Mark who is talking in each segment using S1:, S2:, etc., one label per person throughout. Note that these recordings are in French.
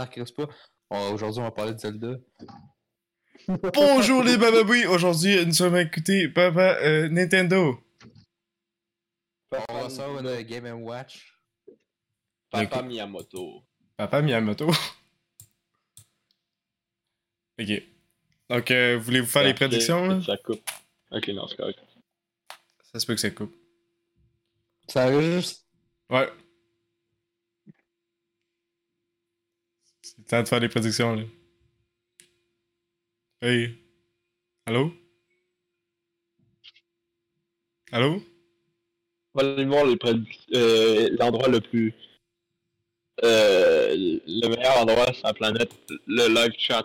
S1: Ah, Chris, pas. On- Aujourd'hui, on va parler de Zelda.
S2: Bonjour les bababouis! Aujourd'hui, nous sommes écoutés Papa euh, Nintendo.
S1: On va sortir une euh, Game Watch.
S3: Papa Miyamoto.
S2: Papa Miyamoto. ok. Donc, euh, voulez-vous faire les
S3: Parfait,
S2: prédictions là?
S3: Ça coupe. Ok, non, c'est correct.
S2: Ça se peut que ça coupe.
S1: Ça enregistre.
S2: Ouais. C'est le temps de faire les prédictions là. Hey. Allô? Allô?
S3: On va aller voir les prédic- euh, l'endroit le plus. euh, le meilleur endroit sur la planète, le live chat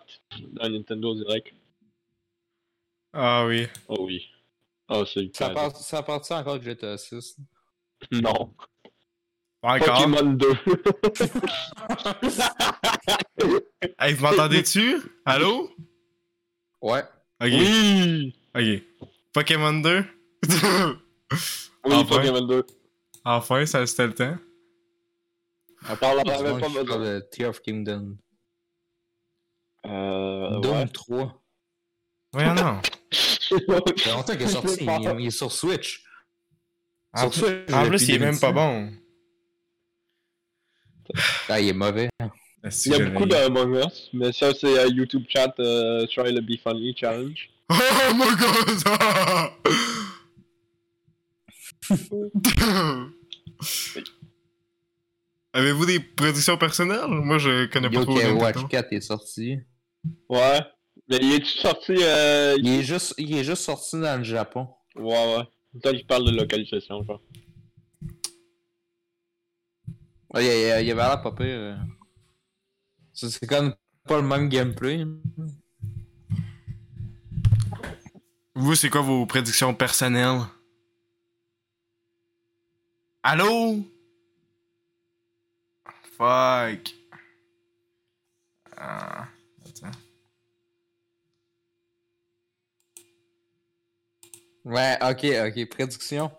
S3: dans Nintendo Direct.
S2: Ah oui.
S3: Oh oui. Oh, c'est le
S1: Ça
S3: cas.
S1: part- Ça part-tu encore que GTA 6?
S3: Non.
S2: Pas encore.
S3: Pokémon 2.
S2: Hey, vous m'entendez-tu? Allô?
S1: Ouais.
S2: Ok.
S3: oui!
S2: Ok. Pokémon 2.
S3: Oui,
S2: Enfin.
S3: Pokémon 2.
S2: enfin, ça c'était le temps.
S3: On parle
S1: On
S3: même pas
S1: parle
S3: besoin.
S1: de Tear of Kingdom.
S3: Euh.
S1: Doom
S3: ouais.
S1: 3.
S2: Ouais, non.
S1: Ça fait longtemps qu'il est sorti. il, il est sur Switch.
S2: En,
S1: Sur Switch,
S2: en
S1: depuis
S2: plus, il est même
S1: 2010.
S2: pas bon.
S1: Ah, il est mauvais.
S2: Est-ce
S3: Il y
S2: que
S3: a
S2: je
S3: beaucoup de
S2: l'ai-
S3: Among Us, mais ça, c'est euh, YouTube chat euh, Try to Be Funny Challenge.
S2: Oh mon god! Avez-vous des prédictions personnelles? Moi, je connais pas trop
S1: Yokai Watch
S2: Nintendo.
S1: 4 est sorti.
S3: Ouais. Mais il est sorti. Euh...
S1: Il est, juste, il est juste sorti dans le Japon.
S3: Ouais, ouais. Toi, il parle de localisation, genre.
S1: Ouais, Ah, il, il- il avait l'air pas pire. euh. Ça, C'est comme pas le même gameplay.
S2: Vous, c'est quoi vos prédictions personnelles? Allô? Fuck. Ah, attends.
S1: Ouais, ok, ok. Prédiction.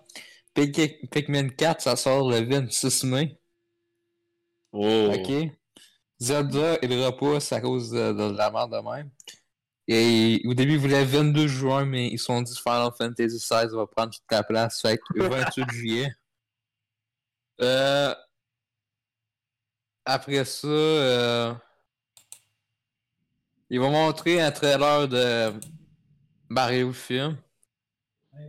S1: Pic- Pikmin 4, ça sort le 26 mai.
S3: Oh.
S1: Ok. Zelda, il repousse à cause de, de la merde de même. Et au début, ils voulaient 22 juin, mais ils se sont dit Final Fantasy XVI va prendre toute la place. Fait que 28 juillet. Euh, Après ça, euh, ils vont montrer un trailer de Mario film.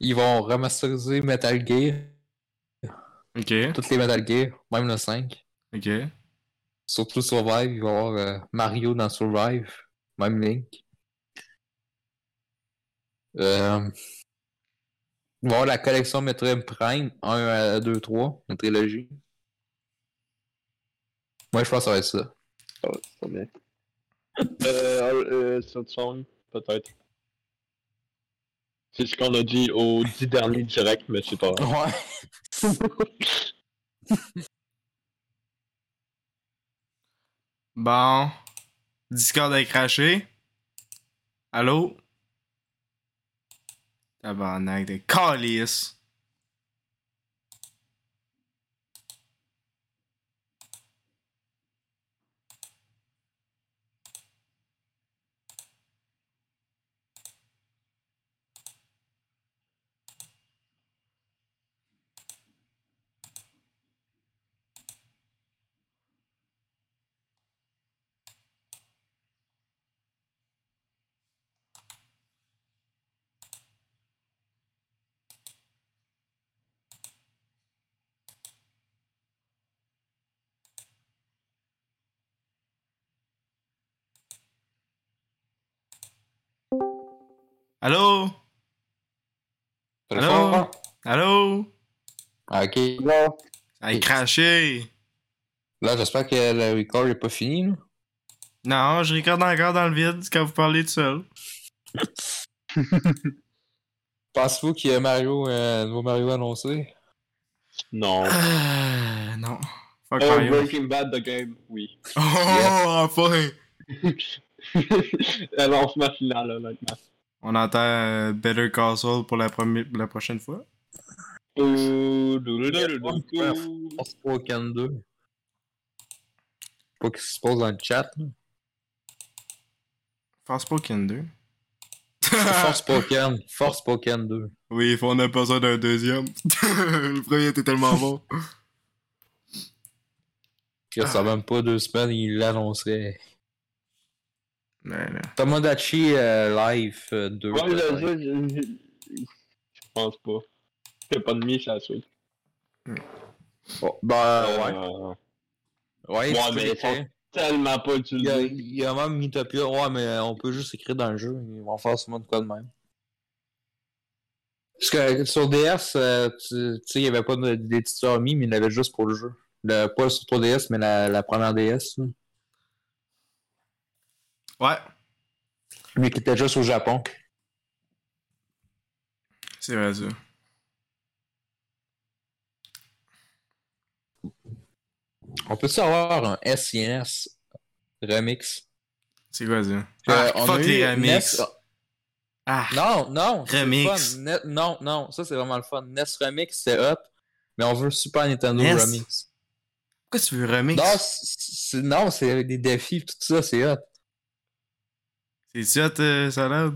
S1: Ils vont remasteriser Metal Gear
S2: Ok,
S1: toutes les Metal Gear, même le 5.
S2: ok.
S1: Surtout Survive, il va y avoir euh, Mario dans Survive, même Link. Euh, il va y avoir la collection Metroid Prime 1 à 2, 3, la trilogie. Moi, je pense que ça va être ça.
S3: Ouais, c'est bien. euh, euh, Song, peut-être. C'est ce qu'on a dit au 10 derniers directs, mais c'est pas grave.
S1: Ouais.
S2: Bon. Discord a craché. Allô? Tabarnak de calice. Allô? Allô? Allô?
S1: Ah, Ok.
S2: Ça a craché.
S1: Là, j'espère que le record n'est pas fini. là.
S2: Non, je recorde encore dans le vide quand vous parlez tout seul.
S1: Pensez-vous qu'il y a Mario, euh, un nouveau Mario annoncé?
S3: Non.
S1: Ah,
S2: Euh, non. Fuck
S3: Oh,
S2: Mario.
S3: Breaking Bad, the game, oui.
S2: Oh, enfin!
S3: Lancement final, là, maintenant.
S2: On entend euh, Better Castle pour la, premi- la prochaine fois.
S3: Oh, douloulouloulou.
S1: Ouais, pense pas au Ken 2. Pas qu'il se pose dans le chat. là.
S2: Force Pokémon 2.
S1: Force pas au Ken. Force pas au Ken 2.
S2: oui, on a besoin d'un deuxième. le premier était tellement bon.
S1: Que ça même pas deux semaines, il l'annoncerait.
S2: Ouais, là.
S1: Tomodachi euh, Live euh, 2.
S3: Ouais,
S1: peut-être.
S3: je- je- je je pense pas. C'est pas de mise à la suite.
S1: Bon, ben, ouais.
S3: Euh,
S1: Ouais,
S3: ouais,
S1: tu peux
S3: mais ils
S1: l'écrire.
S3: Tellement pas
S1: il y, a,
S3: utilisé.
S1: il y a même Utopia. Ouais, mais on peut juste écrire dans le jeu. Ils vont faire sûrement de quoi de même. Parce que sur DS, euh, tu tu sais, il n'y avait pas de- d'éditeur mis, mais il l'avait juste pour le jeu. Le, pas sur 3DS, mais la, la première DS. là.
S2: Ouais,
S1: Mais qui était juste au Japon.
S2: c'est vrai ça.
S1: On peut-tu avoir un SINS remix?
S2: C'est quoi ça?
S1: Euh,
S2: Ah,
S1: on a
S2: fuck
S1: eu euh,
S2: les remix.
S1: NES-
S2: Ah,
S1: Non, non. c'est
S2: Remix.
S1: le fun. Ne- Non, non, ça c'est vraiment le fun. NES Remix, c'est hot. Mais on veut Super Nintendo
S2: NES?
S1: Remix.
S2: pourquoi tu veux remix?
S1: Non, c'est- non, c'est avec des défis, tout ça, c'est hot.
S2: C'est ça, euh, salade?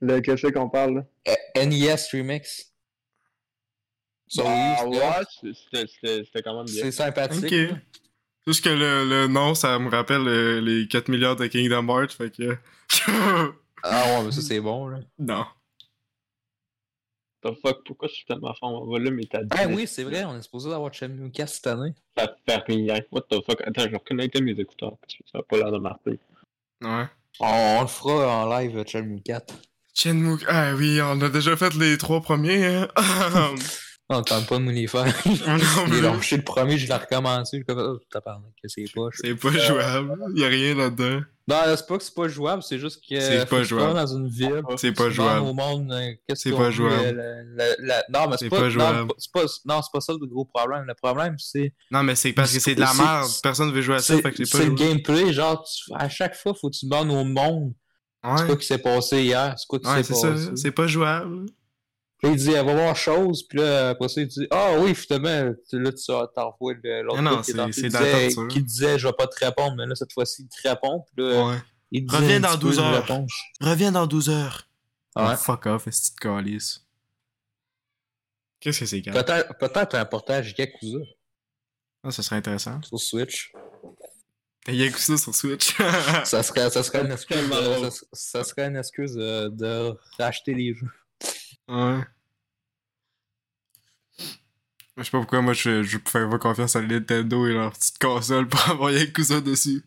S3: Le cachet qu'on parle, là.
S1: Eh, NES Remix. Ça,
S3: Ah,
S1: oui, c'est
S3: ouais,
S1: hot.
S3: c'est- c'était- c'était c'était quand même bien.
S1: c'est sympathique.
S2: Ok. Juste que le, le nom, ça me rappelle euh, les 4 milliards de Kingdom Hearts, fait que.
S1: Ah ouais, mais ça c'est bon. Là.
S2: non.
S3: The fuck, pourquoi je suis tellement fort en volume et t'as dit.
S1: Ah oui, c'est vrai, on est supposé avoir Champion Cast cette année.
S3: Ça fait rien. What the fuck? Attends, je reconnecte mes écouteurs parce que ça a pas l'air de marcher.
S2: Ouais.
S1: On, on le fera en live, euh, Champion 4.
S2: Shenmue. Ah oui, on a déjà fait les trois premiers, hein.
S1: On tente pas de nous les faire.
S2: Non,
S1: J'ai
S2: mais
S1: lâché le premier, je l'ai recommencé. Je comme, oh, t'as parlé, que c'est pas.
S2: C'est pas jouable. Y'a rien là-dedans.
S1: Non, c'est pas que c'est pas jouable, c'est juste que.
S2: C'est
S1: faut
S2: pas
S1: que tu
S2: jouable.
S1: vas dans une ville.
S2: C'est pas
S1: tu demandes
S2: jouable.
S1: au monde, euh, qu'est-ce
S2: C'est
S1: qu'on
S2: pas
S1: dit,
S2: jouable.
S1: euh, la- la- la- Non, mais c'est
S2: C'est
S1: pas,
S2: pas
S1: non,
S2: jouable.
S1: c'est pas- c'est pas- non, c'est pas ça le gros problème. Le problème, c'est
S2: Non, mais c'est parce que c'est de la
S1: C'est-
S2: merde. Personne veut jouer à ça,
S1: c'est
S2: fait que c'est
S1: c'est
S2: pas
S1: le
S2: jouable.
S1: gameplay. Genre, tu- à chaque fois, faut que tu demandes au monde c'est quoi
S2: Ouais,
S1: qui s'est passé hier, c'est quoi qui
S2: ouais
S1: s'est
S2: c'est
S1: passé.
S2: ça. C'est pas jouable.
S1: Puis il dit, elle va voir chose, puis là, après ça, il dit, ah oui, finalement, tu- là, tu sors- t'envoies le- l'autre
S2: Ah non,
S1: gars qui est
S2: c'est-
S1: dans- qui
S2: c'est de la
S1: disait-
S2: torture.
S1: Qui disait, je vais pas te répondre, mais là, cette fois-ci, il te répond, puis là,
S2: Ouais.
S1: il dit,
S2: Reviens
S1: un
S2: dans
S1: petit peu
S2: 12
S1: une
S2: heures.
S1: réponse.
S2: Reviens dans 12 heures.
S1: Ouais.
S2: Oh, fuck off, est-ce que tu calices? Qu'est-ce que c'est, Kat?
S1: Peut-être peut-être un portage Yakuza
S2: Ah, ça serait intéressant.
S1: sur Switch.
S2: T'as Yakuza sur Switch.
S1: Ça serait, ça serait une excuse,
S3: Tellement
S1: de,
S3: drôle.
S1: ça, ça serait une excuse euh, de, racheter les jeux.
S2: Ouais. Je sais pas pourquoi moi je, je fais pas confiance à Nintendo et leur petite console pour avoir Yakuza dessus.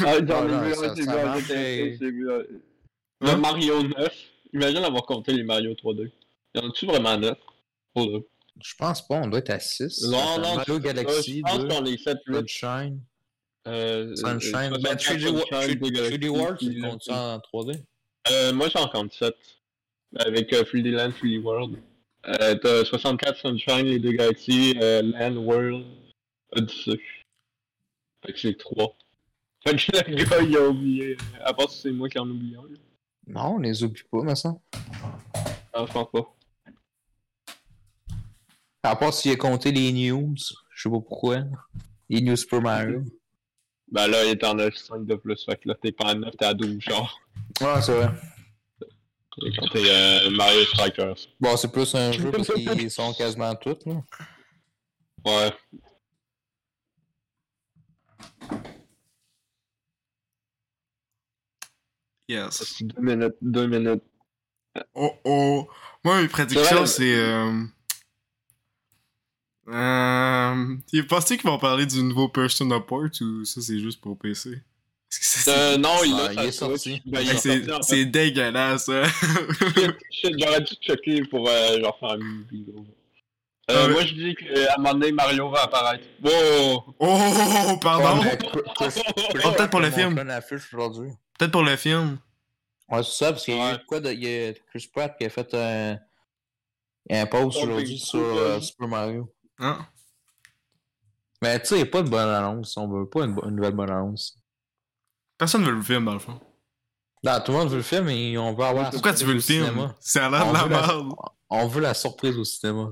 S3: Ah, j'en
S1: Voilà,
S3: ai vu
S1: ça-
S3: un, j'ai vu
S1: ça
S3: un,
S1: marche,
S3: j'ai
S1: et-
S3: vu un.
S2: Hein?
S3: Le Mario 9. Imagine avoir compté les Mario 3D. Y en a-tu vraiment 9? Pour le-
S1: Je pense pas, on doit être à 6.
S3: Non, non,
S1: Mario Galaxy
S3: Euh, je pense
S1: 2,
S3: qu'on est 7, 8.
S1: Sunshine,
S3: Euh,
S1: Sunshine,
S3: euh,
S1: ben, 3D Wo-
S3: Sunshine,
S1: 3D
S3: Galaxy,
S1: World, tu
S3: Galaxy.
S1: comptes ça en 3D?
S3: Euh, moi, j'en compte 7. Avec euh, 3D Land, 3D World. Euh, t'as 64 Sunshine, les deux galaxies, euh, Land, World, Odyssey. Fait que c'est 3. Fait que le gars, il a oublié. À part si c'est moi qui en oublie un. là.
S1: Non, on les oublie pas, mais ça.
S3: Non, je pense pas.
S1: À part s'il a compté les news, je sais pas pourquoi. Les news Super Mario.
S3: Ben là, il est en 9,5 de plus. Fait que là, t'es pas à 9, t'es à 12, genre.
S1: Ouais, c'est vrai.
S3: J'ai compté euh, Mario Strikers.
S1: Bon, c'est plus un jeu parce qu'ils sont quasiment tous, là.
S3: Ouais.
S2: Yes.
S3: Deux minutes, deux minutes.
S2: Oh oh. Moi mes
S3: C'est vrai,
S2: prédictions
S3: mais-
S2: c'est. Euh... Euh... Tu penses qu'ils vont parler du nouveau Person Report ou ça c'est juste pour PC? Parce que ça, c'est-
S3: Euh, non, il
S1: Ah,
S3: l'a
S1: il
S3: sa
S1: est
S3: Switch.
S1: sorti.
S3: Ben, il
S2: Hey,
S3: est
S2: C'est
S3: sorti, en fait.
S2: c'est dégueulasse, hein.
S3: Shit, shit, j'aurais dû checker pour euh, genre faire une vidéo. Euh,
S2: Ah ouais.
S3: Moi je dis qu'à un moment donné Mario va apparaître. Wow!
S2: Oh, oh, oh,
S1: Ah,
S2: pardon!
S1: Ouais, mais Chris- Chris-
S2: Oh, peut-être pour le
S1: mon
S2: film.
S1: plan affiche aujourd'hui.
S2: Peut-être pour le film.
S1: Ouais, c'est ça, parce qu'il y a eu
S3: Ouais.
S1: de quoi de. Il y a Chris Pratt qui a fait un, un post
S3: Oh,
S1: aujourd'hui
S3: big
S1: sur
S3: coup,
S1: euh,
S3: là.
S1: Super Mario.
S2: Hein?
S1: Mais tu sais, il n'y a pas de bonne annonce. On veut pas une, bo- une nouvelle bonne annonce.
S2: Personne veut le film dans le fond.
S1: Non, tout le monde veut le film et on veut avoir. la
S2: Pourquoi tu
S1: surprise
S2: veux le
S1: Ah, au
S2: film?
S1: cinéma.
S2: Ça a l'air
S1: On
S2: de la
S1: veut la-
S2: merde.
S1: On veut la surprise au cinéma.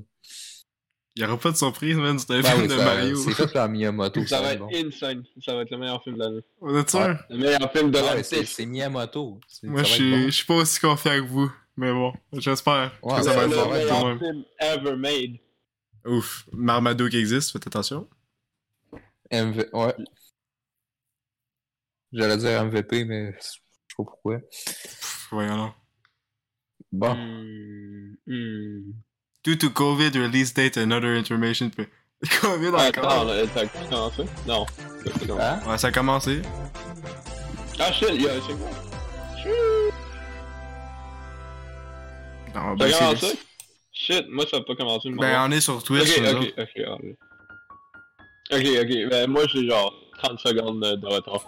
S2: Il y aura pas de surprise, man, c'est un
S1: Ah
S2: film
S1: oui,
S2: de
S1: ça-
S2: Mario.
S1: C'est fait par Miyamoto.
S3: Ça va
S1: c'est
S3: être
S1: bon.
S3: insane. Ça va être le meilleur film de l'année.
S2: On est sûr?
S1: Ouais.
S3: Le meilleur film de
S1: Ah, mais
S3: l'année.
S1: C'est c'est Miyamoto. C'est-
S2: Moi, je
S1: ça va
S2: suis
S1: être
S2: je suis pas aussi confiant que vous. Mais bon, j'espère
S1: Ouais, ouais,
S2: que Ah, ça va
S1: ouais,
S2: être
S1: ouais,
S2: bon
S1: ouais.
S2: quand même.
S3: meilleur film ever made.
S2: Ouf, Marmaduke existe, faites attention.
S1: bon. MV Ouais. J'allais dire MVP, mais je sais pas pourquoi.
S2: Pff, voyons donc. Ah.
S1: Bon.
S3: Hmm, hmm.
S2: Due to COVID release date and other information. Puis- COVID
S3: Attends,
S2: encore.
S3: là, t'as commencé? Non.
S1: Hein?
S2: Ouais, ça a commencé.
S3: Ah shit, il y a un second.
S2: Non, ben,
S3: T'as
S2: c'est-
S3: commencé? Shit, moi ça a pas commencé. mais
S2: ben, on est sur
S3: Ok,
S2: Twitch. nous
S3: ok,
S2: autres.
S3: ok, ah, oui. ok. Ok, ben moi j'ai genre 30 secondes euh, de retard.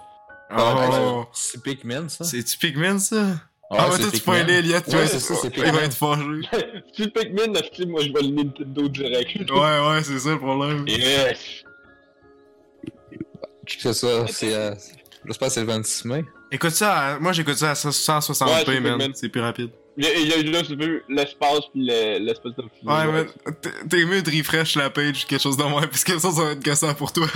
S3: Ah,
S2: Oh,
S1: Ah, C'est Pikmin, ça?
S2: c'est-tu Pikmin, ça?
S1: Ouais,
S2: ah, ouais,
S1: c'est
S2: toi,
S1: Pikmin.
S2: tu spoilé, Elliot.
S1: Ouais, c'est ça, c'est
S2: Il va
S1: Pikmin.
S2: être fâché.
S3: si le Pikmin, hostie, moi je vais le Nintendo direct.
S2: Ouais, ouais, c'est ça le problème.
S3: Yes!
S1: C'est ça, c'est. euh, J'espère que c'est le 26 mai.
S2: Écoute ça, à- moi j'écoute ça à 160p,
S3: Ouais, c'est
S2: man.
S3: Pikmin.
S2: C'est plus rapide.
S3: Il y a, il y a là, tu veux, l'espace pis le- l'espèce de film.
S2: Ouais, man. T'es- T'es mieux de refresh la page, quelque chose de moins, parce que ça, ça va être gossant pour toi.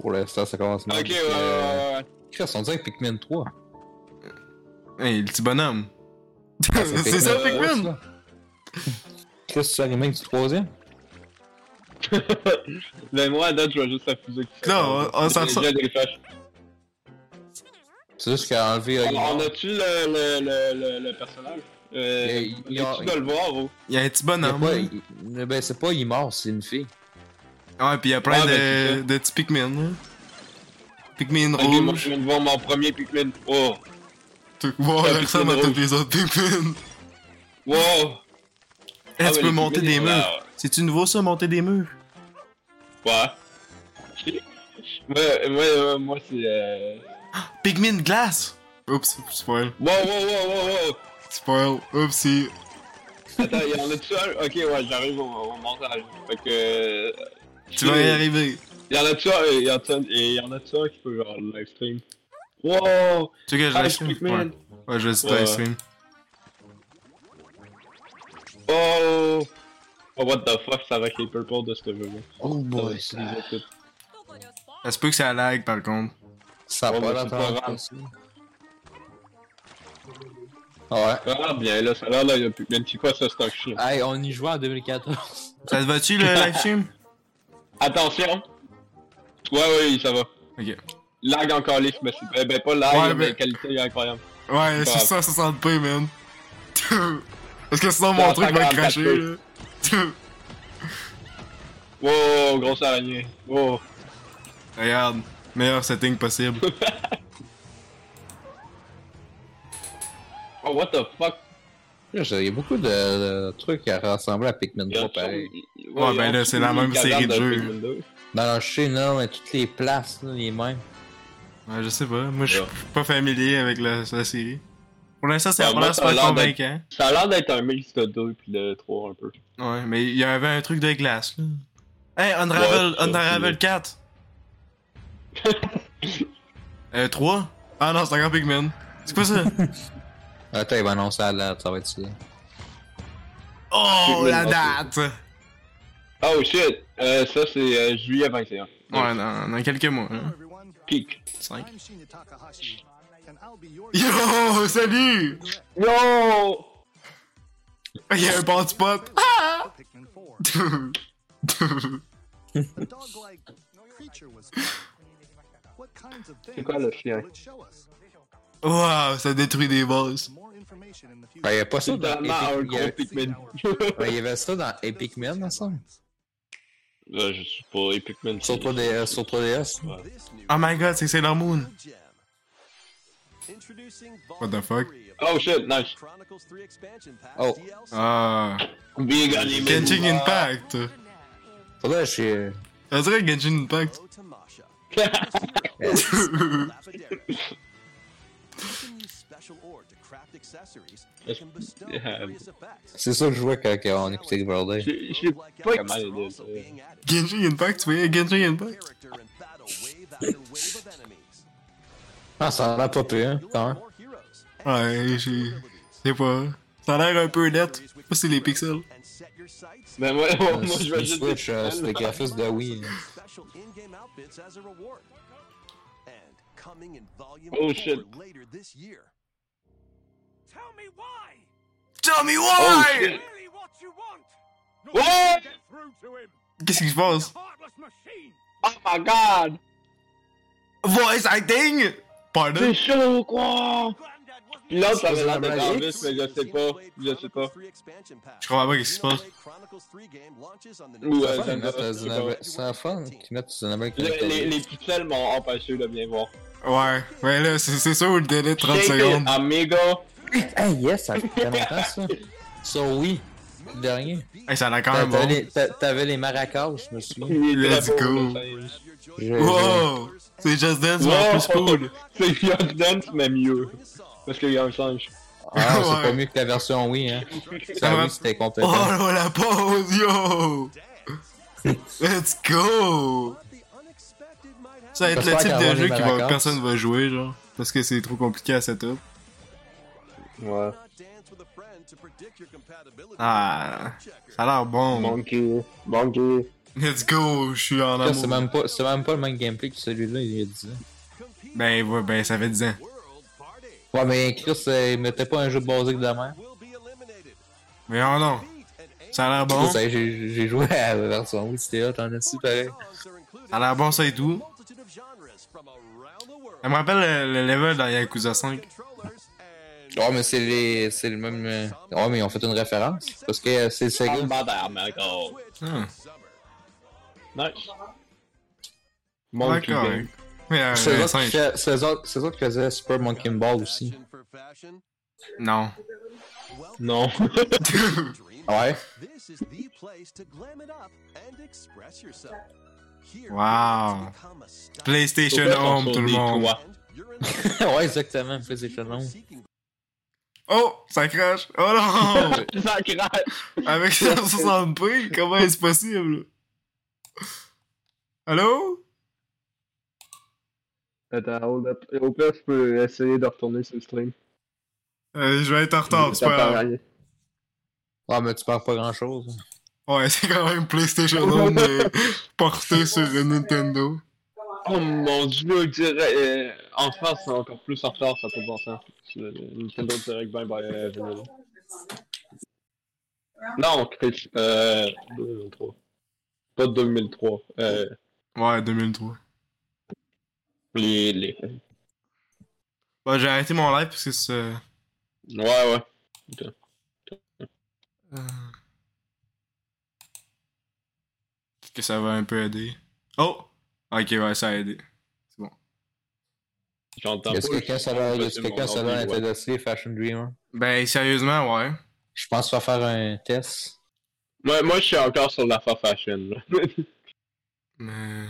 S1: Pour l'instant, ça commence mal.
S3: Ok, ouais,
S1: Puis, euh,
S3: ouais, ouais.
S1: Chris, on dirait Pikmin 3.
S2: Hey, le petit bonhomme.
S1: Ah,
S2: c'est ça,
S3: Pikmin.
S2: Pikmin!
S1: ça. Chris, tu as remake du troisième?
S3: Ben moi, à date, je vais juste affuser.
S2: Non, on- on s'en sort.
S3: sort. On
S1: C'est juste qu'il a enlevé. euh,
S3: on a-tu le, le, le, le, le personnage? Euh,
S1: Mais il- il-
S3: est-tu de le voir oh? ou?
S2: Il y a un petit
S1: il y a
S3: Ah,
S2: bonhomme.
S1: pas- il- il- Ben, c'est pas il est mort, c'est une fille.
S2: Ouais, pis il y a plein
S3: Ouais, ben,
S2: de,
S3: c'est ça.
S2: de petits Pikmin. hein. Pikmin
S3: Ok, moi, je
S2: rouge.
S3: viens de voir mon premier Pikmin. Oh!
S2: tout- Wow,
S3: Ouais,
S2: il ressemble à
S3: Pikmin
S2: tous les autres Pikmin.
S3: Wow!
S2: Eh,
S3: Ah,
S2: tu
S3: ben,
S2: Eh, peux
S3: les
S2: monter
S3: Pikmin, ah.
S2: des
S3: ils ont
S2: murs. C'est-tu nouveau ça, monter des murs?
S3: l'air- Ouais. moi, moi, moi, moi c'est. Euh...
S2: Pikmin glace! Oups, spoil.
S3: Wow, wow, wow, wow, wow!
S2: Spoil. Oupsie.
S3: Attends, y en a-tu un? Ok, ouais, j'arrive au, au montage. Fait que. euh,
S2: Tu vas y arriver.
S3: Y'en a-tu un, euh, et y'en a- et y'en a-tu un qui peut genre live stream? Wow!
S2: Tu sais que je
S3: Ah,
S2: vais
S3: c'est
S2: stream.
S3: Pikmin!
S2: Ouais, Ouais, je vais sur
S3: Ouais.
S2: live stream.
S3: Oh! Oh, what the fuck, ça va avec les purple de ce jeu-là.
S1: Oh
S3: Ça va
S1: boy,
S3: être
S1: ça.
S3: utilisé tout.
S2: Ça se peut que ça lag par contre.
S1: Ça a pas
S3: Ouais, mais
S1: l'air
S3: c'est pas grave.
S1: possible. Ouais.
S3: Regarde Ah, bien, là, ça a l'air, là, y'a plus. Mais tu sais quoi, ça, c'est un chien.
S1: Hey, on y jouait en 2014.
S2: Ça te va-tu le live stream?
S3: Attention! Ouais, oui, ça va.
S2: Ok.
S3: Lag encore les mais c'est. eh ben, pas lag,
S2: Ouais,
S3: mais
S2: mais-
S3: la qualité est incroyable.
S2: Ouais, c'est
S3: Bah.
S2: 160p, man. Parce que sinon, mon
S3: Non,
S2: truc va
S3: 144p.
S2: cracher, là.
S3: Wow, grosse araignée. Wow.
S2: Regarde, meilleur setting possible.
S3: Oh, what the fuck?
S1: Il y a beaucoup de, de trucs à ressembler à Pikmin 3 pareil.
S2: Ouais, ben, là, c'est la même série de jeux.
S1: Dans le chien, non, mais toutes les places, là, les mêmes.
S2: Ouais, je sais pas, moi je suis
S3: Ouais.
S2: pas familier avec la, la série. Pour l'instant, c'est
S3: Ouais,
S2: la
S3: Bah, moi,
S2: première
S3: ça
S2: fois
S3: a l'air d'être-
S2: convaincant.
S3: Ça a l'air d'être un mix de 2 puis de 3 un peu.
S2: Ouais, mais il y avait un truc de glace, là. Hey, Unravel,
S3: Ouais, ça,
S2: Unravel
S3: c'est-
S2: 4! euh, 3? Ah non, c'est encore Pikmin. C'est quoi ça?
S1: Attends, il va annoncer à la ça va être ça.
S2: oh,
S3: Pikmin,
S2: la
S3: ok.
S2: date!
S3: Oh shit! Euh, ça c'est euh, juillet 21.
S2: Ouais, dans, dans quelques mois,
S4: Hello,
S2: hein.
S4: everyone.
S3: Peak.
S2: 5.
S4: I'm Shinya Takahashi, and I'll be your
S2: Yo, salut!
S4: direct
S3: Yo!
S2: Il y a un bon spot!
S4: for Pikmin 4. The dog-like creature was What kinds of things
S3: quoi le chien?
S4: will it show us?
S2: Wow, ça détruit des boss.
S4: More information in the future.
S1: Ben, il y a pas ça
S3: C'est
S1: dans
S3: vraiment un
S1: Epic il y
S3: gros
S1: avait-
S3: Pikmin.
S1: ben, il y avait ça dans Epic Man, me semble.
S3: Là, je suis pas Epic Man.
S1: Sur
S3: c'est-
S1: 3DS. euh, Sur 3DS.
S3: Ouais.
S4: This new
S2: Oh my god, c'est Sailor Moon!
S4: gem. Introducing
S2: What the fuck?
S4: Volume 3 of
S3: Oh shit, nice.
S4: Chronicles 3 expansion pack
S1: Oh.
S4: DLC.
S2: Ah.
S3: Big anime.
S2: Genshin
S3: Ah.
S2: Impact!
S1: Faudrait que je-
S2: On dirait Genshin Impact.
S4: Hello to Masha.
S3: Yeah.
S1: C'est ça que je vois quand quand on écoutait le bordel.
S3: Je je sais pas comment les dire. euh. ça.
S2: Genshin Impact, tu voyais Genshin Impact?
S1: Ah, ça en a pas peu, hein, quand même.
S2: Ouais, j'ai. Je sais pas. Ça a l'air un peu net. Je sais pas si c'est les pixels.
S3: Ben moi, moi,
S1: Euh,
S3: je vais
S1: sur
S3: juste
S1: Switch, euh, c'est le
S3: des pixels.
S1: graphisme de Wii. là.
S3: Oh, shit.
S5: Tell me why!
S2: Tell me
S3: Oh
S2: why!
S3: shit!
S5: Really what you want! Not
S3: What?
S5: to get through to him!
S2: Qu'est-ce qui se
S5: The
S2: passe?
S5: heartless machine!
S3: Oh my god!
S2: Voice acting! Pardon?
S3: C'est chaud ou quoi?
S5: Granddad wasn't
S3: Puis l'autre, ça
S1: C'est
S3: avait l'air de
S1: la
S3: Jarvis, mais je sais pas. Je sais pas.
S2: Je comprends pas qu'est-ce qui se passe.
S3: Ouais,
S1: C'est
S3: j'aime
S1: la
S3: ça, c'est bon.
S1: fun qu'ils mettent Xenoblade
S3: euh, Les, les, les
S1: Chronicles.
S3: pixels m'ont empêché de bien voir.
S2: Ouais, ouais là, c'est c'est sûr, on le délai de 30
S3: Shake it,
S2: secondes.
S3: Amigo!
S1: Ah yes, ça fait longtemps ça. Sur Wii, le dernier.
S2: Hey, ça a l'air quand
S1: T'a-
S2: même
S1: T'avais
S2: bon.
S1: les- t'a- t'avais les maracas, je me souviens.
S3: Il est
S2: Let's
S3: très beau,
S2: go.
S3: le singe.
S1: Je-
S2: Wow! C'est Just Dance, mais en plus
S3: Wow!
S2: cool.
S3: C'est Young Dance, mais mieux. Parce qu'il y a un singe.
S1: Ah, c'est
S2: Ouais.
S1: pas mieux que la version Wii, hein.
S2: Ça
S1: Ça,
S2: m'a-
S1: Wii, c'était
S2: Oh
S1: complètement.
S2: là, la pause, yo! Let's go! Ça va être le
S1: J'espère
S2: type
S1: qu'elle
S2: de
S1: va
S2: jeu
S1: les
S2: qui va,
S1: vacances.
S2: personne va jouer, genre. Parce que c'est trop compliqué à setup.
S3: Ouais.
S2: Ah, ça a l'air bon.
S3: Monkey, monkey.
S2: Let's go, je suis en
S1: Là, C'est
S2: amour.
S1: même, pas- c'est même pas le même gameplay que celui-là, il y a 10 ans.
S2: Ben ouais, ben ça fait 10 ans.
S1: Ouais, mais Chris, euh, il mettait pas un jeu basique de la merde.
S2: Mais oh non, ça a l'air bon.
S1: Ça, J'ai j'ai joué à la version Wii, c'était hot, en assis pareil.
S2: Ça a l'air bon, ça et tout. Ça me rappelle le, le level dans Yakuza 5.
S1: Ouais, mais c'est les, c'est le même. euh, Ouais, mais ils ont fait une référence. Parce que euh, c'est Sega.
S2: Ah, bah,
S3: Combat Amigo.
S2: Hmm.
S3: Nice. Monkey.
S2: D'accord.
S3: Gang.
S2: Mais euh,
S1: C'est eux
S2: le
S1: autres qui
S2: 5.
S1: fa- c'est eux autres- c'est eux autres qui faisaient Super Monkey Ball aussi.
S2: Non.
S3: Non.
S1: Ouais.
S4: This is the place to glam it up and express yourself. Here,
S2: Wow.
S4: you get to become a style
S2: PlayStation
S3: Pourquoi
S2: Home,
S3: on
S2: tout le
S3: dit
S2: monde.
S3: toi?
S4: brand. You're in the
S1: ouais, exactement. PlayStation Home.
S4: seeking
S2: Oh, ça crache. Oh non!
S3: Ça crache.
S2: Avec 160p, comment est-ce possible? Allô?
S3: Attends, hold up. Au pire, je peux essayer de retourner sur le stream.
S2: Euh, je vais être en retard, c'est pas grave.
S1: Ouais, mais tu perds pas grand chose.
S2: Ouais, c'est quand même PlayStation Home euh, porté sur le Nintendo.
S3: Oh mon dieu, direct. euh, en France, c'est encore plus en retard, ça peut bon sens. Le- le Nintendo Direct ben ben. euh, euh, Non, Chris, euh. 2003. Pas 2003. Euh.
S2: Ouais, 2003.
S3: Les. les...
S2: Bah, j'ai arrêté mon live parce que c'est. euh,
S3: Ouais, ouais.
S2: Peut-être que ça va un peu aider. Oh! Ok, ouais, ça a aidé.
S3: J'entends pas.
S1: Est-ce que quelqu'un ça a
S3: Parce que mon
S1: l'air
S3: ordi, ouais.
S1: intéressé, les Fashion Dreamer?
S2: Ben, sérieusement, ouais.
S1: Je pense qu'on va faire un test.
S3: Moi, moi, je suis encore sur la fa- fashion. là. ok,
S2: Mais.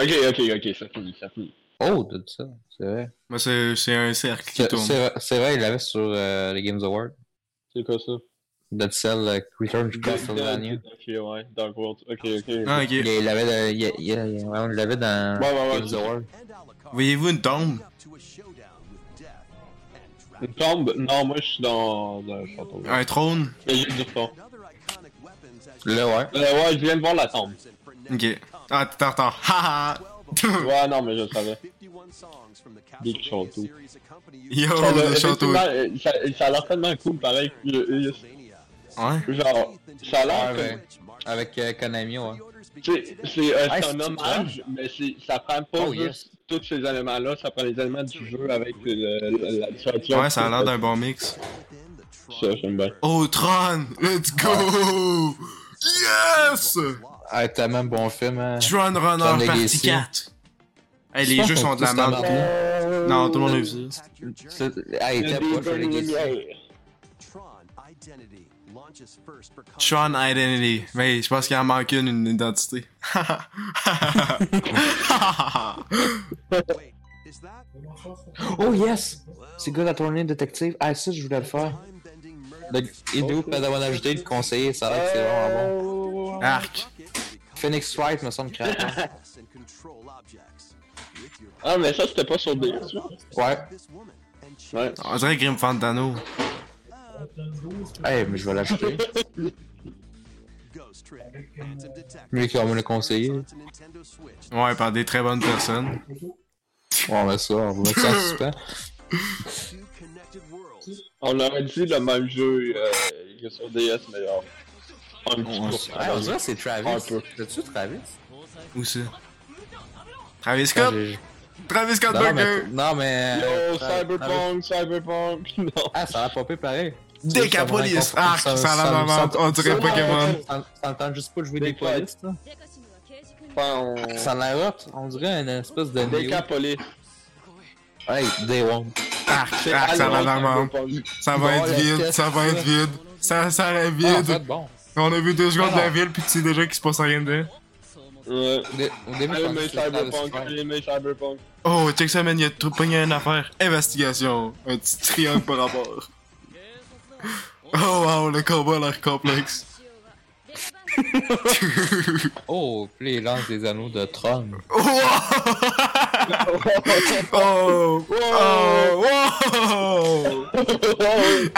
S3: ok, ok, ça finit, ça finit.
S1: Oh, t'as dit ça. C'est vrai.
S2: Moi, c'est c'est un cercle qui
S1: C'est
S2: tourne.
S1: c'est- c'est vrai, il l'avait sur euh, les Games Awards.
S3: C'est quoi ça?
S1: Dead Cell, euh, Return to Castlevania.
S3: Ok, ouais, Dark World. Ok, ok.
S2: Ah,
S1: Il
S2: ok.
S1: il l'avait dans- il- il- il- ouais, on l'avait dans
S3: Ouais, ouais, ouais.
S1: Games Awards.
S4: and a la carte.
S2: Voyez-vous une tombe?
S4: Up to a showdown with death and
S3: Une
S4: dragon.
S3: tombe? Non, moi, je suis dans. dans le château.
S2: Un trône?
S3: Mais j'ai du fond.
S4: And other iconic weapons as
S1: Là, ouais.
S3: Euh, ouais, je viens de voir la tombe.
S4: and
S2: Ok.
S4: frenetic
S2: Ah, t'es en retard. Haha!
S3: Ouais, non, mais je le savais.
S4: 51 songs from the
S3: Big
S4: Castlevania
S3: Chantou.
S4: series accompany you
S2: Yo,
S3: Ça l'a-
S2: le château.
S3: effectivement, euh, ça, ça a l'air tellement cool, pareil. que euh, le-
S4: Castlevania.
S2: Ouais. Ah
S3: le- Genre, ça a l'air.
S1: Ouais, ouais.
S3: comme-
S1: Avec euh, Konami, ouais.
S3: C'est c'est, euh, c'est
S1: c'est
S3: un
S1: du
S3: hommage, mais c'est- ça prend pas
S1: Oh,
S3: juste
S1: yes.
S3: tous ces éléments-là, ça prend les éléments du jeu avec euh, la- la situation.
S2: Ouais, ça a l'air d'un bon mix.
S3: Ça, j'aime bien.
S2: Oh, Tron! Let's go! Yes!
S1: Ah, tellement bon film, hein.
S2: Tron
S1: Tron
S2: Runner Partie
S1: Legacy.
S2: 4. Hey,
S1: Je
S2: les
S1: pense
S2: jeux
S1: qu'on
S2: sont de la
S1: pousse la
S2: merde.
S3: Euh,
S2: Non, tout le monde a vu ça.
S1: C'est- Ah, il
S3: Il y
S1: était
S3: a des
S1: proche de
S3: bonnes
S1: Legacy.
S3: lumières.
S4: Tron Identity launches first for
S2: Tron Identity. Mais je pense qu'il en manque une, une identité.
S4: Wait, is that
S1: Oh yes! C'est good la tournée détective. Ah ça je voulais le faire.
S4: time-bending
S1: Le
S4: murder?
S1: Hideo Padawan ajouté, le conseiller, ça a l'air que c'est vraiment bon.
S3: Euh,
S2: Arc.
S1: Phoenix Wright me semble créateur.
S4: Access and control objects. With your
S3: Ah, mais ça, c'était pas sur DS, là.
S1: Ouais.
S4: this woman and
S3: Ouais.
S2: On dirait Grim Fantano.
S4: Ah,
S1: Eh, mais je vais l'acheter.
S4: Ghost Trick. Phantom Detective.
S1: Lui qui va me le conseiller.
S4: Onto Nintendo Switch.
S2: Ouais, par des très bonnes personnes.
S1: On met ça, on va mettre ça en suspens.
S4: Two connected worlds.
S3: On aurait dit le même jeu euh, que sur DS, mais en- en petit
S1: On,
S3: peu.
S1: Ah, on dirait que c'est
S3: Un
S1: Travis.
S3: peu.
S1: T'as-tu Travis?
S2: Où ça? Travis Scott!
S1: Ah, J'ai-
S2: Travis Scott
S1: Non,
S2: Burger!
S1: mais. Non, mais... euh,
S3: Yo,
S1: Travis-
S3: Cyberpunk, Cyberpunk! Non.
S1: Ah, ça a popé pareil.
S2: Décapolis! Ah, ça a l'air
S1: la
S2: vraiment. On dirait Pokémon.
S1: T'entends juste pas jouer des
S3: Des fois.
S1: polices, là?
S6: デカシには刑事君に
S3: Enfin, on...
S1: Ça a l'air hot. On dirait une espèce de. Néo.
S3: Décapolis.
S1: Hey, Day One.
S2: Ah, ah, ça va vraiment. Ça va être vide, ça va être vide. Ça, ça va être
S1: Ah, en fait,
S2: vide.
S1: bon.
S2: On a vu deux secondes de
S1: Ah,
S2: la
S1: non.
S2: ville, puis tu sais déjà qu'il se passe rien dedans.
S3: Ouais.
S1: Au dé- Au début, je pensais
S3: Allumez
S1: que c'était Travis
S3: Cyberpunk,
S1: Scott.
S3: allumez Cyberpunk.
S2: Oh, check ça, man, il y a trop pogné une affaire. Investigation. Un petit triangle par rapport. Oh, wow, le combat a l'air complexe.
S6: しようがデカバン
S1: Oh, puis il lance des anneaux de Tron.
S2: Wow! oh! Oh! Wow!